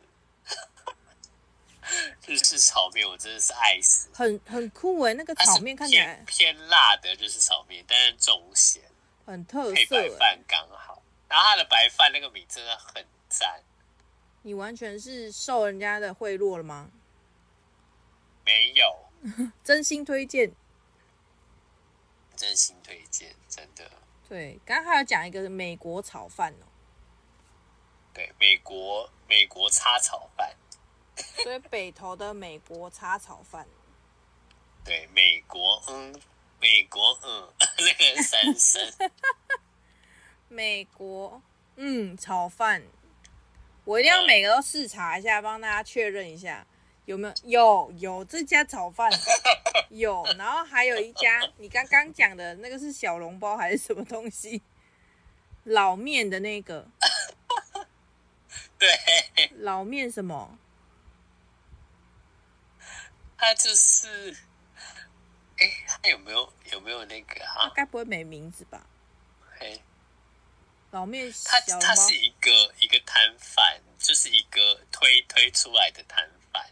[SPEAKER 2] 日式炒面我真的是爱死。
[SPEAKER 1] 很很酷哎、那个
[SPEAKER 2] 它
[SPEAKER 1] 炒
[SPEAKER 2] 是
[SPEAKER 1] 面
[SPEAKER 2] 偏
[SPEAKER 1] 看起来
[SPEAKER 2] 偏辣的日式炒面，但是重咸，
[SPEAKER 1] 很特
[SPEAKER 2] 配
[SPEAKER 1] 色
[SPEAKER 2] 白
[SPEAKER 1] 哎、
[SPEAKER 2] 饭刚好。然后它的白饭那个米真的很赞，
[SPEAKER 1] 你完全是受人家的贿赂了吗？
[SPEAKER 2] 没有，
[SPEAKER 1] 真心推荐。
[SPEAKER 2] 真心推荐，真的。
[SPEAKER 1] 对，刚刚还有讲一个美国炒饭哦、
[SPEAKER 2] 对，美国美国叉炒饭，
[SPEAKER 1] 所以北投的美国叉炒饭，
[SPEAKER 2] 对，美国嗯，美国嗯， 那个三声，
[SPEAKER 1] 美国嗯炒饭，我一定要每个都视察一下，帮大家确认一下有没有有有这家炒饭有，然后还有一家你刚刚讲的那个是小笼包还是什么东西？老面的那个
[SPEAKER 2] 对，
[SPEAKER 1] 老面什么？
[SPEAKER 2] 它就是，哎、它有没有有没有那个
[SPEAKER 1] 它
[SPEAKER 2] 啊？
[SPEAKER 1] 该不会没名字吧？
[SPEAKER 2] 哎，
[SPEAKER 1] 老面
[SPEAKER 2] 它
[SPEAKER 1] 小笼
[SPEAKER 2] 它是
[SPEAKER 1] 包
[SPEAKER 2] 一个一个摊贩，就是一个推推出来的摊贩，，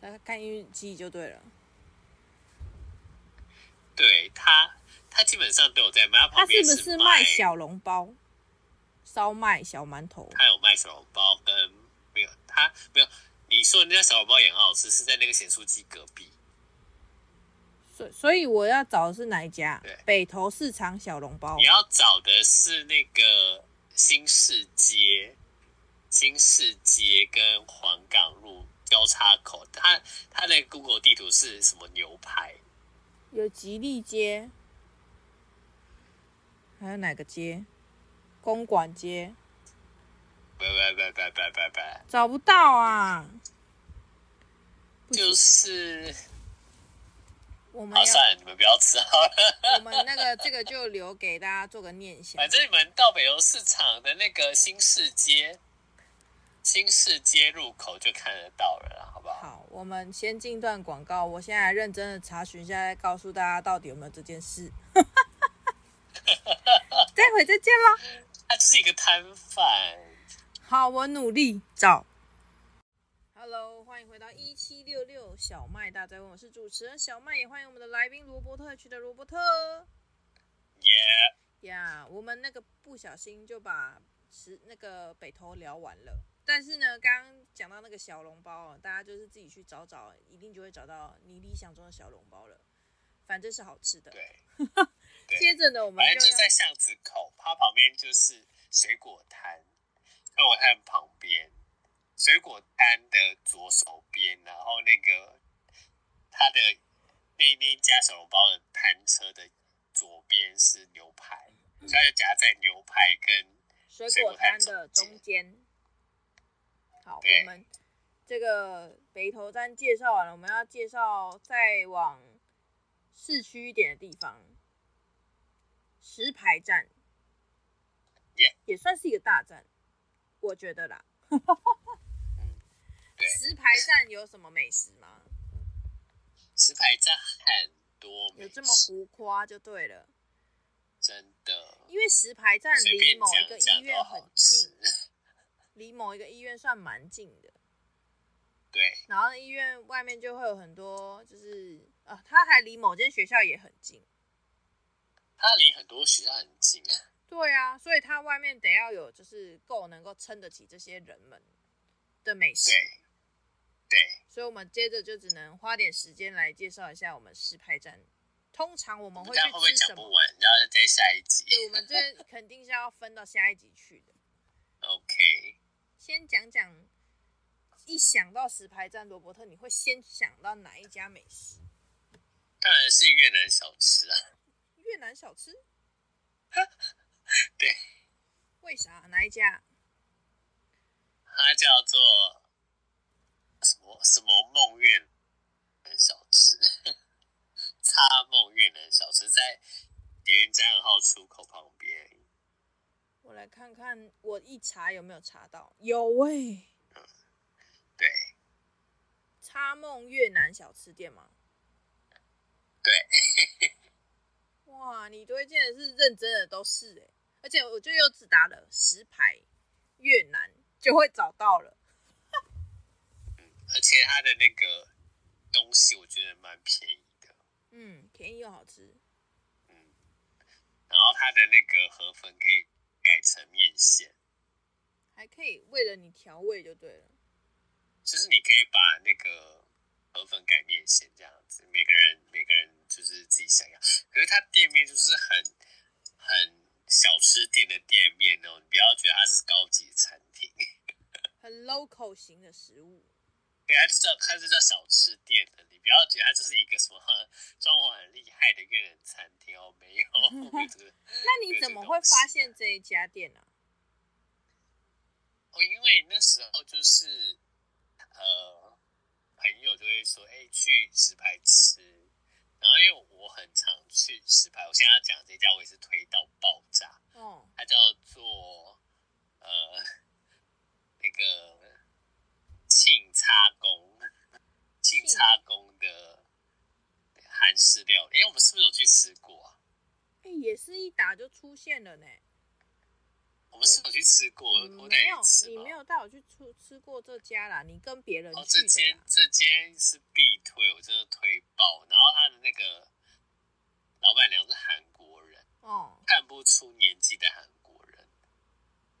[SPEAKER 1] 大家看运气就对了。
[SPEAKER 2] 对它它基本上都有在卖，它
[SPEAKER 1] 它
[SPEAKER 2] 旁
[SPEAKER 1] 是
[SPEAKER 2] 边
[SPEAKER 1] 不是
[SPEAKER 2] 是
[SPEAKER 1] 卖？小笼包、烧麦、小馒头？
[SPEAKER 2] 它有卖小笼包跟没有，它没有。你说的那家小笼包也很好吃，是在那个咸酥鸡隔壁。
[SPEAKER 1] 所所以我要找的是哪一家
[SPEAKER 2] 对？
[SPEAKER 1] 北投市场小笼包
[SPEAKER 2] 你。要找的是那个新市街，新市街跟黄港路交叉口，它它的 Google 地图是什么牛排？
[SPEAKER 1] 有吉利街，还有哪个街？公馆街
[SPEAKER 2] 拜拜拜拜拜拜拜，
[SPEAKER 1] 找不到啊！不行
[SPEAKER 2] 就是
[SPEAKER 1] 我们
[SPEAKER 2] 好
[SPEAKER 1] 要
[SPEAKER 2] 算了，你们不要吃好 了。
[SPEAKER 1] 我们那个这个就留给大家做个念想
[SPEAKER 2] 反。正你们到北邮市场的那个新市街，新市街入口就看得到了啦，好不好？
[SPEAKER 1] 好，我们先进段广告，我现在来认真的查询一下，再告诉大家到底有没有这件 事。待会再见喽。
[SPEAKER 2] 它就是一个摊贩，
[SPEAKER 1] 好，我努力找。Hello，欢迎回到一七六六小麦大在问，我是主持人小麦，也欢迎我们的来宾罗伯特区的罗伯特。
[SPEAKER 2] 耶、
[SPEAKER 1] 呀、我们那个不小心就把十那个北投聊完了，但是呢，刚刚讲到那个小笼包哦，大家就是自己去找找，一定就会找到你理想中的小笼包了，反正是好吃的。
[SPEAKER 2] 对。对
[SPEAKER 1] 接着呢，我们
[SPEAKER 2] 反正
[SPEAKER 1] 就
[SPEAKER 2] 就是
[SPEAKER 1] 要
[SPEAKER 2] 在巷子口，它旁边就是水果摊，水果摊旁边，水果摊的左手边，然后那个它的那那一家小笼包的摊车的左边是牛排，所以它就夹在牛排跟
[SPEAKER 1] 水果摊的中间。好，
[SPEAKER 2] 对
[SPEAKER 1] 我们这个北投站介绍完了，我们要介绍再往市区一点的地方，石牌站
[SPEAKER 2] Yeah
[SPEAKER 1] 也算是一个大站，我觉得啦。
[SPEAKER 2] 嗯 对
[SPEAKER 1] 石牌站有什么美食吗？
[SPEAKER 2] 石牌站很多美
[SPEAKER 1] 有
[SPEAKER 2] 食，
[SPEAKER 1] 这么浮夸就对了，
[SPEAKER 2] 真的，
[SPEAKER 1] 因为石牌站
[SPEAKER 2] 随
[SPEAKER 1] 离
[SPEAKER 2] 便
[SPEAKER 1] 某一
[SPEAKER 2] 讲
[SPEAKER 1] 个医
[SPEAKER 2] 讲
[SPEAKER 1] 院
[SPEAKER 2] 都
[SPEAKER 1] 很
[SPEAKER 2] 好
[SPEAKER 1] 近
[SPEAKER 2] 吃，，
[SPEAKER 1] 离某一个医院算蛮近的。
[SPEAKER 2] 对。
[SPEAKER 1] 然后医院外面就会有很多，就是啊，它还离某间学校也很近。
[SPEAKER 2] 它离很多学校很近啊，
[SPEAKER 1] 对啊，所以它外面得要有就是够能够撑得起这些人们的美食
[SPEAKER 2] 对。，对，
[SPEAKER 1] 所以我们接着就只能花点时间来介绍一下我们石牌站。通常我们会
[SPEAKER 2] 这样会不会
[SPEAKER 1] 去吃什
[SPEAKER 2] 讲不
[SPEAKER 1] 么？
[SPEAKER 2] 完？然后再下一集。
[SPEAKER 1] 对，我们 这肯定是要分到下一集去的。
[SPEAKER 2] OK，
[SPEAKER 1] 先讲讲，一想到石牌站罗伯特，你会先想到哪一家美食？
[SPEAKER 2] 当然是越南小吃啊。
[SPEAKER 1] 越南小吃？
[SPEAKER 2] 对，
[SPEAKER 1] 为啥？哪一家？
[SPEAKER 2] 它叫做什么什么梦越南小吃， 叉梦越南小吃在捷运站二号出口旁边。
[SPEAKER 1] 我来看看，我一查有没有查到？有欸喂、
[SPEAKER 2] 嗯对
[SPEAKER 1] 叉梦越南小吃店吗？
[SPEAKER 2] 对，
[SPEAKER 1] 哇，你推荐的是认真的都是哎、而且我就又只打了石牌越南就会找到了。
[SPEAKER 2] 而且它的那个东西我觉得蛮便宜的，
[SPEAKER 1] 嗯，便宜又好吃。
[SPEAKER 2] 然后它的那个河粉可以改成面线，
[SPEAKER 1] 还可以为了你调味就对了。
[SPEAKER 2] 就是你可以把那个河粉改面线这样子，每个人每个人就是自己想要。可是它店面就是很很小吃店的店面哦，你不要觉得它是高级餐厅，
[SPEAKER 1] 很 local 型的食物，
[SPEAKER 2] 对，它就叫它就叫小吃店的，你不要觉得它就是一个什么 装潢很厉害的越南餐厅哦，没有，就是
[SPEAKER 1] 那你怎么会
[SPEAKER 2] 啊
[SPEAKER 1] 发现这一家店呢、
[SPEAKER 2] 哦，因为那时候就是呃，朋友就会说，哎、去石牌吃。然后因为我很常去石牌，我现在要讲这家我也是推到爆炸，
[SPEAKER 1] 啊？哦，
[SPEAKER 2] 它叫做呃那个庆差宫，庆差宫的韩式料理。哎，我们是不是有去吃过啊？
[SPEAKER 1] 哎、也是一打就出现了呢。
[SPEAKER 2] 我们是不是有去吃过，我
[SPEAKER 1] 你嗯
[SPEAKER 2] 我
[SPEAKER 1] 没
[SPEAKER 2] 带
[SPEAKER 1] 有
[SPEAKER 2] 你吃，
[SPEAKER 1] 你
[SPEAKER 2] 吗
[SPEAKER 1] 没？有带我去吃吃过这家啦，你跟别人
[SPEAKER 2] 哦，
[SPEAKER 1] 去
[SPEAKER 2] 这
[SPEAKER 1] 的
[SPEAKER 2] 间
[SPEAKER 1] 啦。
[SPEAKER 2] 这间是必推，我真的推爆。然后他的那个老板娘是韩国人，
[SPEAKER 1] 哦，
[SPEAKER 2] 看不出年纪的韩国人，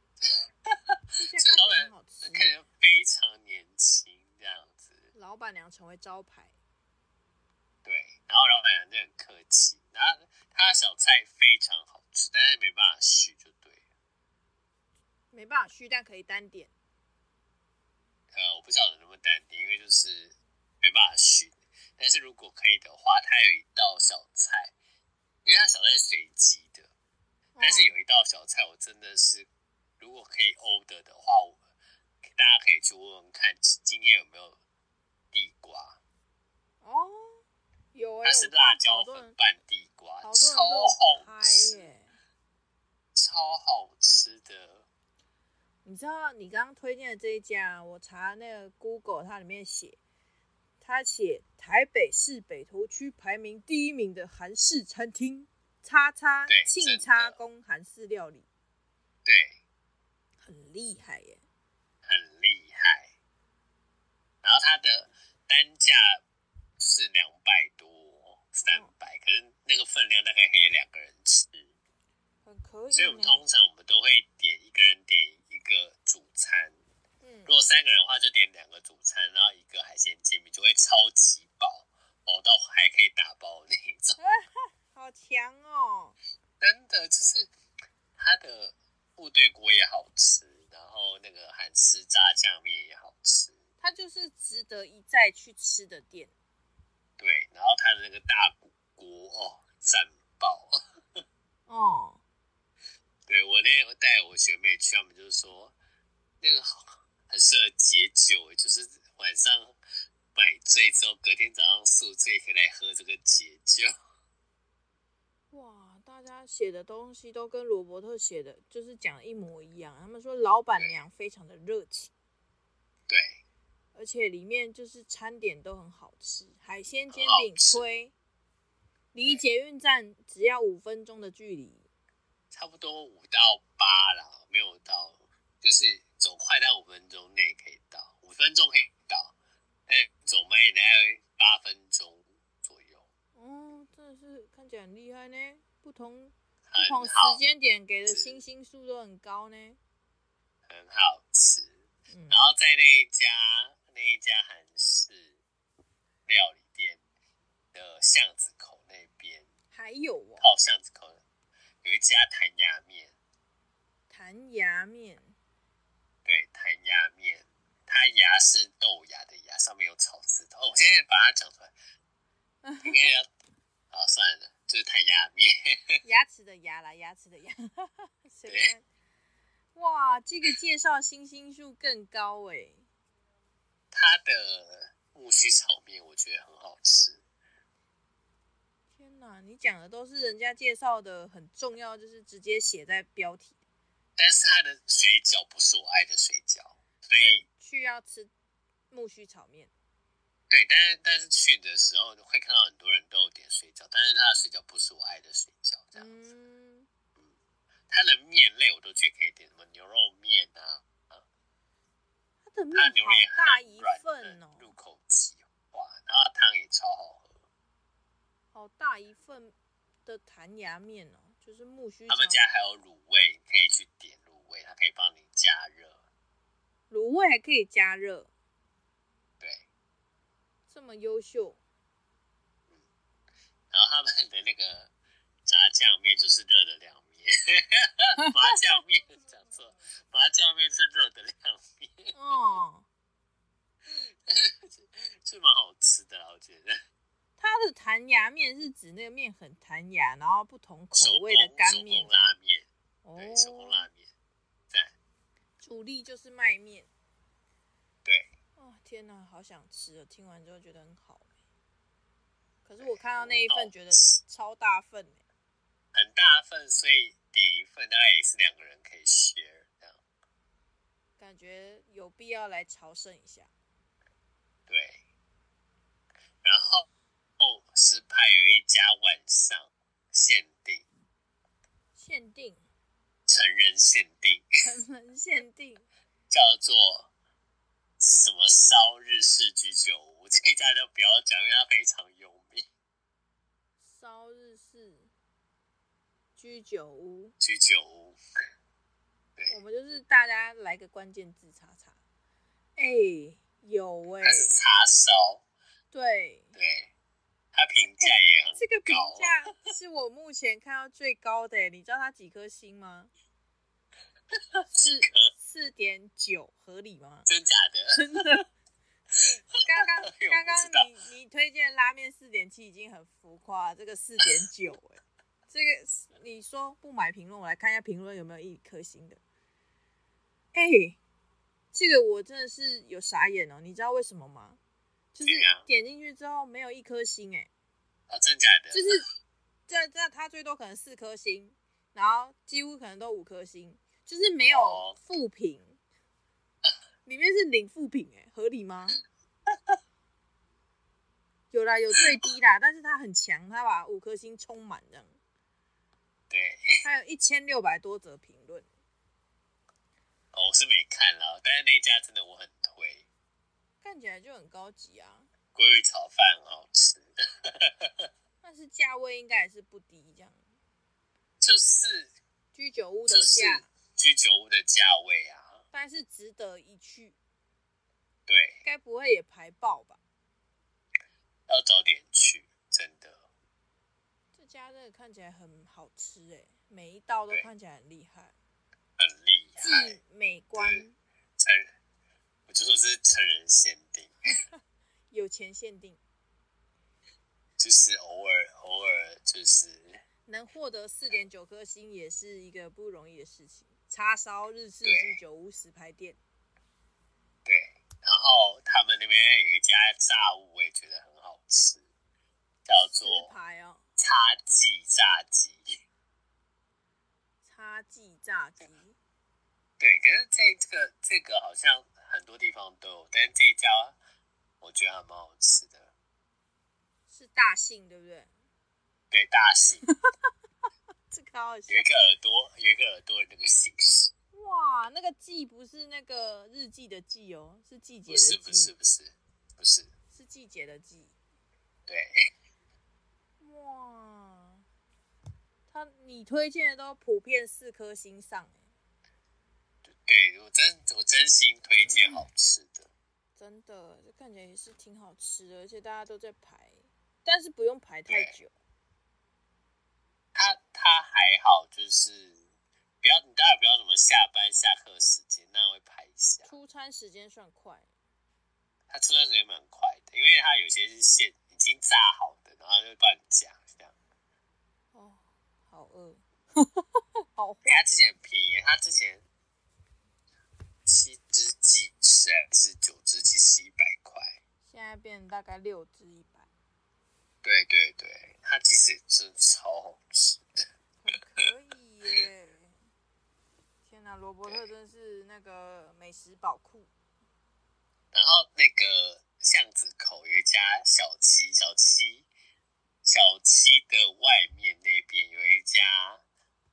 [SPEAKER 1] 这家看起来很好吃。
[SPEAKER 2] 这老板看起来非常年轻这样子。
[SPEAKER 1] 老板娘成为招牌，
[SPEAKER 2] 对，然后老板娘就很客气，然后他的小菜非常好吃，但是没办法续就对了。
[SPEAKER 1] 没办法续，但可以单点。
[SPEAKER 2] 呃，我不晓得能不能淡定，因为就是没办法续。但是如果可以的话，它有一道小菜，因为它小菜是随机的，
[SPEAKER 1] 哦
[SPEAKER 2] 但是有一道小菜，我真的是如果可以 order 的话，我大家可以去问问看今天有没有地瓜，
[SPEAKER 1] 哦，有哎、
[SPEAKER 2] 它
[SPEAKER 1] 欸，
[SPEAKER 2] 是
[SPEAKER 1] 我看
[SPEAKER 2] 辣椒
[SPEAKER 1] 好多
[SPEAKER 2] 粉
[SPEAKER 1] 人，
[SPEAKER 2] 拌地瓜，
[SPEAKER 1] 好
[SPEAKER 2] 超
[SPEAKER 1] 多人都
[SPEAKER 2] 好
[SPEAKER 1] 嗨耶、
[SPEAKER 2] 吃，超好吃的。
[SPEAKER 1] 你知道你刚刚推荐的这一家，啊我查那个 Google，它里面写，它写台北市北投区排名第一名的韩式餐厅，叉叉
[SPEAKER 2] 对
[SPEAKER 1] 庆
[SPEAKER 2] 真的
[SPEAKER 1] 叉宫韩式料理，
[SPEAKER 2] 对，
[SPEAKER 1] 很厉害耶。
[SPEAKER 2] 很厉害。然后它的单价是两百多、三
[SPEAKER 1] 哦
[SPEAKER 2] 百，可是那个分量大概可以两个人吃，
[SPEAKER 1] 很可以
[SPEAKER 2] 所以我们通
[SPEAKER 1] 呢，
[SPEAKER 2] 常我们都会点一个人点一个主餐，
[SPEAKER 1] 嗯
[SPEAKER 2] 如，果三个人的话就点两个主餐，然后一个海鲜煎饼就会超级饱，饱到还可以打包那一种。
[SPEAKER 1] 好强哦！
[SPEAKER 2] 真的就是它的部队锅也好吃，然后那个韩式炸酱面也好吃。
[SPEAKER 1] 它就是值得一再去吃的店。
[SPEAKER 2] 对，然后它的那个大骨锅哦，赞爆！
[SPEAKER 1] 哦，
[SPEAKER 2] 对我那天有带我学妹去，他们就是说那个好很适合解酒，欸就是晚上买醉之后，隔天早上宿醉可以来喝这个解酒。
[SPEAKER 1] 哇，大家写的东西都跟罗伯特写的就是讲的一模一样。他们说老板娘非常的热情，
[SPEAKER 2] 对，
[SPEAKER 1] 而且里面就是餐点都很好吃，海鲜煎
[SPEAKER 2] 很
[SPEAKER 1] 饼
[SPEAKER 2] 好吃
[SPEAKER 1] 推，离捷运站只要五分钟的距离。
[SPEAKER 2] 差不多五到八啦，没有到，就是走快到五分钟内可以到，五分钟可以到，但是走慢一点要八分钟左右，
[SPEAKER 1] 哦，真的是看起来很厉害呢。不同不同
[SPEAKER 2] 很
[SPEAKER 1] 时
[SPEAKER 2] 好，
[SPEAKER 1] 间点给的
[SPEAKER 2] 是
[SPEAKER 1] 星星数都很高呢。
[SPEAKER 2] 很好吃。
[SPEAKER 1] 嗯，
[SPEAKER 2] 然后在那一家那一家韩式料理店的巷子口那边，
[SPEAKER 1] 还有哦，
[SPEAKER 2] 靠巷子口有一家弹牙面，
[SPEAKER 1] 弹牙面，
[SPEAKER 2] 对，弹牙面，它牙是豆芽的芽，上面有草字头。哦，我现在把它讲出来，应该要，好算了，就是弹牙面。
[SPEAKER 1] 牙齿的牙啦，牙齿的牙， 随便。哇，这个介绍星星数更高哎、
[SPEAKER 2] 它的木须炒面我觉得很好吃，
[SPEAKER 1] 天哪，你讲的都是人家介绍的很重要，就是直接写在标题。
[SPEAKER 2] 但是它的水饺不是我爱的水饺，所以。
[SPEAKER 1] 去要吃木须炒面，
[SPEAKER 2] 对，但是但是去的时候会看到很多人都有点水饺，但是它的水饺不是我爱的水饺，这样子。
[SPEAKER 1] 嗯，
[SPEAKER 2] 它的面类我都觉得可以点，什么牛肉面啊，
[SPEAKER 1] 它的面
[SPEAKER 2] 它的牛肉也
[SPEAKER 1] 好
[SPEAKER 2] 很
[SPEAKER 1] 大一
[SPEAKER 2] 软
[SPEAKER 1] 份
[SPEAKER 2] 嫩
[SPEAKER 1] 哦，
[SPEAKER 2] 入然后汤也超好喝。
[SPEAKER 1] 好大一份的弹牙面哦，就是木须
[SPEAKER 2] 他们
[SPEAKER 1] 肠
[SPEAKER 2] 家还有卤味，你可以去点卤味，它可以帮你加热。
[SPEAKER 1] 卤味还可以加热，
[SPEAKER 2] 对，
[SPEAKER 1] 这么优 秀，
[SPEAKER 2] 然后他们的那个炸酱面就是热的凉面，麻酱面讲错，麻酱面是热的凉面，
[SPEAKER 1] 哦，
[SPEAKER 2] 是蛮好吃的啦，我觉得。
[SPEAKER 1] 它的弹牙面是指那个面很弹牙，然后不同口
[SPEAKER 2] 手
[SPEAKER 1] 味的
[SPEAKER 2] 工
[SPEAKER 1] 干
[SPEAKER 2] 手
[SPEAKER 1] 面
[SPEAKER 2] 工，拉面，
[SPEAKER 1] 哦
[SPEAKER 2] 对，手工拉面，对
[SPEAKER 1] 主力就是卖面，
[SPEAKER 2] 对，
[SPEAKER 1] 哦，天哪，好想吃哦！听完之后觉得很好欸，可是我看到那一份觉得超大份欸
[SPEAKER 2] 很大份，所以点一份大概也是两个人可以 share 这样，
[SPEAKER 1] 感觉有必要来朝圣一下。
[SPEAKER 2] 对。然后哦，石派有一家晚上限定，
[SPEAKER 1] 限定，
[SPEAKER 2] 成人限定。
[SPEAKER 1] 成人限定，
[SPEAKER 2] 叫做什么烧日式居酒屋，这一家就不要讲，因为它非常有名。
[SPEAKER 1] 烧日式居酒屋，
[SPEAKER 2] 居酒屋，对，
[SPEAKER 1] 我们就是大家来个关键字查查。哎、有 哎、
[SPEAKER 2] 它是叉烧，
[SPEAKER 1] 对，
[SPEAKER 2] 对，它评价也很
[SPEAKER 1] 这个评
[SPEAKER 2] 高，
[SPEAKER 1] 价是我目前看到最高的欸、你知道它几颗星吗？ 四四点九，合理吗？
[SPEAKER 2] 真假的？
[SPEAKER 1] 真的。刚刚
[SPEAKER 2] 哎呦
[SPEAKER 1] 刚
[SPEAKER 2] 我知道
[SPEAKER 1] 刚你你推荐拉面四点七已经很浮夸，这个四点九哎，这个是你说不买评论，我来看一下评论有没有一颗星的。哎、这个我真的是有傻眼哦，你知道为什么吗？就是
[SPEAKER 2] 怎样
[SPEAKER 1] 点进去之后没有一颗星哎、
[SPEAKER 2] 啊，真假的？
[SPEAKER 1] 就是这这它最多可能四颗星，然后几乎可能都五颗星，就是没有
[SPEAKER 2] 哦
[SPEAKER 1] 负评，里面是零负评，哎，合理 吗？有啦，有最低啦，但是它很强，它把五颗星充满这样，
[SPEAKER 2] 对，
[SPEAKER 1] 它有一千六百多则评论，
[SPEAKER 2] 哦，我是没看了，但是那家真的我很推，
[SPEAKER 1] 看起来就很高级啊，
[SPEAKER 2] 鲑鱼炒饭很好吃，
[SPEAKER 1] 但是价位应该也是不低，这样
[SPEAKER 2] 就是
[SPEAKER 1] 居酒屋的
[SPEAKER 2] 就是
[SPEAKER 1] 价，
[SPEAKER 2] 居酒屋的价位啊，
[SPEAKER 1] 但是值得一去，
[SPEAKER 2] 对，
[SPEAKER 1] 该不会也排爆吧？
[SPEAKER 2] 要早点去，真的。
[SPEAKER 1] 这家真的看起来很好吃哎、每一道都
[SPEAKER 2] 对
[SPEAKER 1] 看起来很厉害，
[SPEAKER 2] 很厉害，
[SPEAKER 1] 既美观
[SPEAKER 2] 对成人，我就说这是成人限定，
[SPEAKER 1] 有钱限定，
[SPEAKER 2] 就是偶尔偶尔就是
[SPEAKER 1] 能获得四点九颗星也是一个不容易的事情。叉烧日式
[SPEAKER 2] 对
[SPEAKER 1] 居酒屋石牌店，
[SPEAKER 2] 对。然后他们那边有一家炸物，我也觉得很好吃，叫
[SPEAKER 1] 石
[SPEAKER 2] 做
[SPEAKER 1] 牌哦，
[SPEAKER 2] 叉记炸鸡。
[SPEAKER 1] 叉记炸鸡，
[SPEAKER 2] 对，可是这这个这个好像很多地方都有，但是这一家我觉得还蛮好吃的。
[SPEAKER 1] 是大姓对不对？
[SPEAKER 2] 对，大型
[SPEAKER 1] 这个好好笑
[SPEAKER 2] 有一个耳朵，有一个耳朵的那个形式，
[SPEAKER 1] 哇！那个季不是那个日记的季哦，是季节的
[SPEAKER 2] 不
[SPEAKER 1] 季，
[SPEAKER 2] 是不是不是不是，
[SPEAKER 1] 是季节的季。
[SPEAKER 2] 对。
[SPEAKER 1] 哇，他你推荐的都普遍四颗星上欸、
[SPEAKER 2] 对我真我真心推荐好吃的，
[SPEAKER 1] 真的，这看起来也是挺好吃的，而且大家都在排，但是不用排太
[SPEAKER 2] 对
[SPEAKER 1] 久。
[SPEAKER 2] 它它还好，就是不要你当然不要什么下班下课时间，那样会排一下。
[SPEAKER 1] 出餐时间算快，
[SPEAKER 2] 它出餐时间蛮快的，因为它有些是现已经炸好的，然后就帮你夹这样。
[SPEAKER 1] 哦，好饿， 好坏，
[SPEAKER 2] 哎它之前很便宜，它之前七只鸡翅还是九只鸡翅一百块。
[SPEAKER 1] 现在变大概六至一百，
[SPEAKER 2] 对对对，它其实也真的超好吃的。
[SPEAKER 1] 很可以耶！天哪，罗伯特真是那个美食宝库，
[SPEAKER 2] 然后那个巷子口有一家小七，小七，小七的外面那边有一家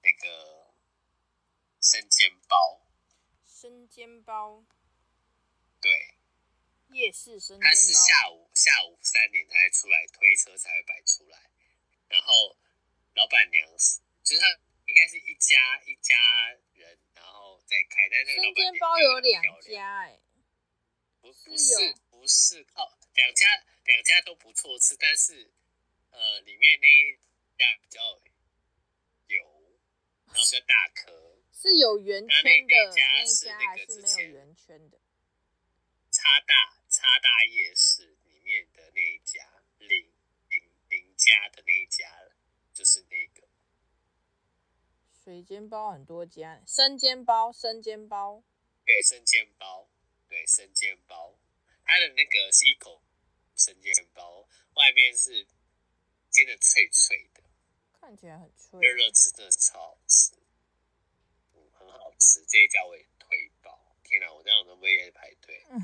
[SPEAKER 2] 那个生煎包，
[SPEAKER 1] 生煎包
[SPEAKER 2] 对，
[SPEAKER 1] 夜市生煎包，
[SPEAKER 2] 它是下午下午三点才出来推车才会摆出来，然后老板娘是就是他应该是一家一家人，然后再开，但是那个老
[SPEAKER 1] 生
[SPEAKER 2] 板娘
[SPEAKER 1] 煎包有
[SPEAKER 2] 就很
[SPEAKER 1] 两
[SPEAKER 2] 漂亮，
[SPEAKER 1] 家哎、
[SPEAKER 2] 不
[SPEAKER 1] 是
[SPEAKER 2] 不是
[SPEAKER 1] 有
[SPEAKER 2] 不是靠两家两家都不错吃，但是呃里面那一家比较油，然后比较大颗，
[SPEAKER 1] 是有圆
[SPEAKER 2] 呃那
[SPEAKER 1] 圈的
[SPEAKER 2] 那家
[SPEAKER 1] 那一
[SPEAKER 2] 是
[SPEAKER 1] 家
[SPEAKER 2] 那
[SPEAKER 1] 还
[SPEAKER 2] 个
[SPEAKER 1] 是没
[SPEAKER 2] 之
[SPEAKER 1] 有
[SPEAKER 2] 前
[SPEAKER 1] 圆圈的？
[SPEAKER 2] 叉大叉大夜市里面的那一家林林林家的那一家，就是那个
[SPEAKER 1] 水煎包很多家，生煎包生煎包
[SPEAKER 2] 对生煎包，对生煎包，它的那个是一口生煎包，外面是煎的脆脆的，
[SPEAKER 1] 看起来很脆，
[SPEAKER 2] 热热吃真的超好吃，嗯，很好吃，这一家我也推爆。天哪，我这样都不会也排队，
[SPEAKER 1] 嗯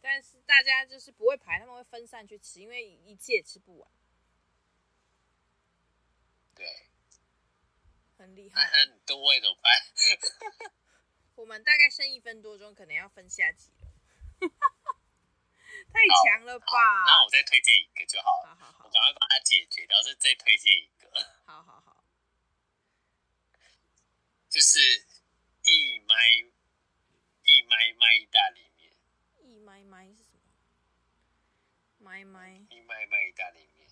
[SPEAKER 1] 但是大家就是不会排，他们会分散去吃，因为一次也吃不完，
[SPEAKER 2] 对，
[SPEAKER 1] 很厉害
[SPEAKER 2] 那。那你吨位怎么办？
[SPEAKER 1] 我们大概剩一分多钟，可能要分下集了。 太强了
[SPEAKER 2] 好，那
[SPEAKER 1] 吧！
[SPEAKER 2] 我再推荐一个就好了，
[SPEAKER 1] 好好
[SPEAKER 2] 我
[SPEAKER 1] 好
[SPEAKER 2] 赶快把它解决掉，再再推荐一个。
[SPEAKER 1] 好好好，
[SPEAKER 2] 就是一麦一麦麦意大利面，
[SPEAKER 1] 一麦麦是什么？麦麦，
[SPEAKER 2] 一麦麦意大利面，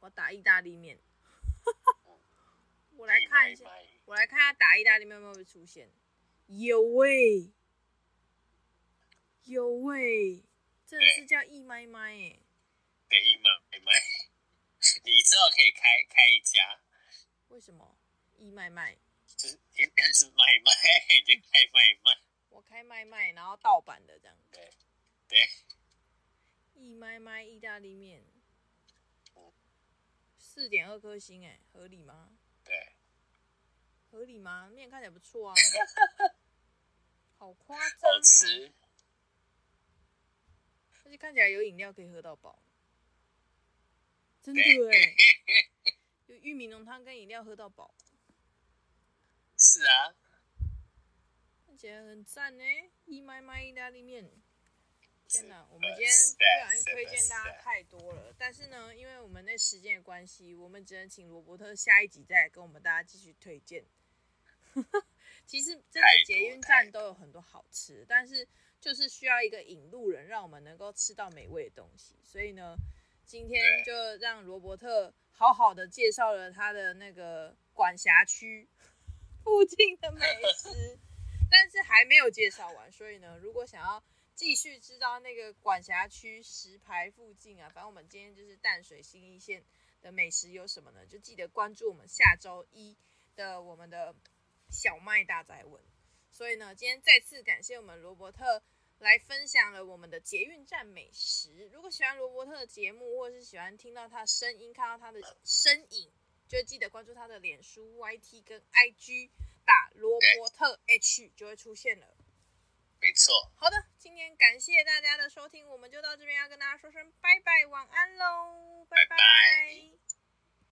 [SPEAKER 1] 我打意大利面。 我来
[SPEAKER 2] 一
[SPEAKER 1] 看
[SPEAKER 2] 麦
[SPEAKER 1] 一下，
[SPEAKER 2] 麦
[SPEAKER 1] 我来看下打意大利面会不会出现。有喂、有喂、真的是叫一麦麦哎、
[SPEAKER 2] 对一麦麦， 你之后可以开开一家，
[SPEAKER 1] 为什么？一麦麦，
[SPEAKER 2] 就是应该是卖卖，你就开卖卖，
[SPEAKER 1] 我开麦麦，然后盗版的这样。
[SPEAKER 2] 对对，
[SPEAKER 1] 一麦麦意大利面
[SPEAKER 2] 嗯，
[SPEAKER 1] 四点二颗星哎、合理吗？
[SPEAKER 2] 对，
[SPEAKER 1] 合理吗？面看起来不错啊，好夸张、
[SPEAKER 2] 好
[SPEAKER 1] 哦，
[SPEAKER 2] 吃，
[SPEAKER 1] 而且看起来有饮料可以喝到饱，真的
[SPEAKER 2] 对
[SPEAKER 1] 哎、有玉米浓汤跟饮料喝到饱，
[SPEAKER 2] 是啊，
[SPEAKER 1] 看起来很赞呢、一麦麦意大利面，天哪！
[SPEAKER 2] 是
[SPEAKER 1] 我们今天
[SPEAKER 2] 是
[SPEAKER 1] 不
[SPEAKER 2] 的
[SPEAKER 1] 小心
[SPEAKER 2] 是的
[SPEAKER 1] 推荐大
[SPEAKER 2] 是
[SPEAKER 1] 家
[SPEAKER 2] 的
[SPEAKER 1] 太多了，但是呢，因为我们那时间的关系，我们只能请罗伯特下一集再来跟我们大家继续推荐。其实真的
[SPEAKER 2] 太多
[SPEAKER 1] 捷运站都有很多好吃，但是就是需要一个引路人，让我们能够吃到美味的东西。所以呢，今天
[SPEAKER 2] 对
[SPEAKER 1] 就让罗伯特好好的介绍了他的那个管辖区附近的美 食，但是还没有介绍完。所以呢，如果想要继续知道那个管辖区石牌附近啊，反正我们今天就是淡水新一线的美食有什么呢？就记得关注我们下周一的我们的小麦大宅文。所以呢，今天再次感谢我们罗伯特来分享了我们的捷运站美食。如果喜欢罗伯特的节目，或是喜欢听到他的声音、看到他的身影，就记得关注他的脸书、YT 跟 IG，打罗伯特 H 就会出现了。
[SPEAKER 2] 没错，
[SPEAKER 1] 好的，今天感谢大家的收听，我们就到这边要跟大家说声拜拜，晚安喽，拜
[SPEAKER 2] 拜拜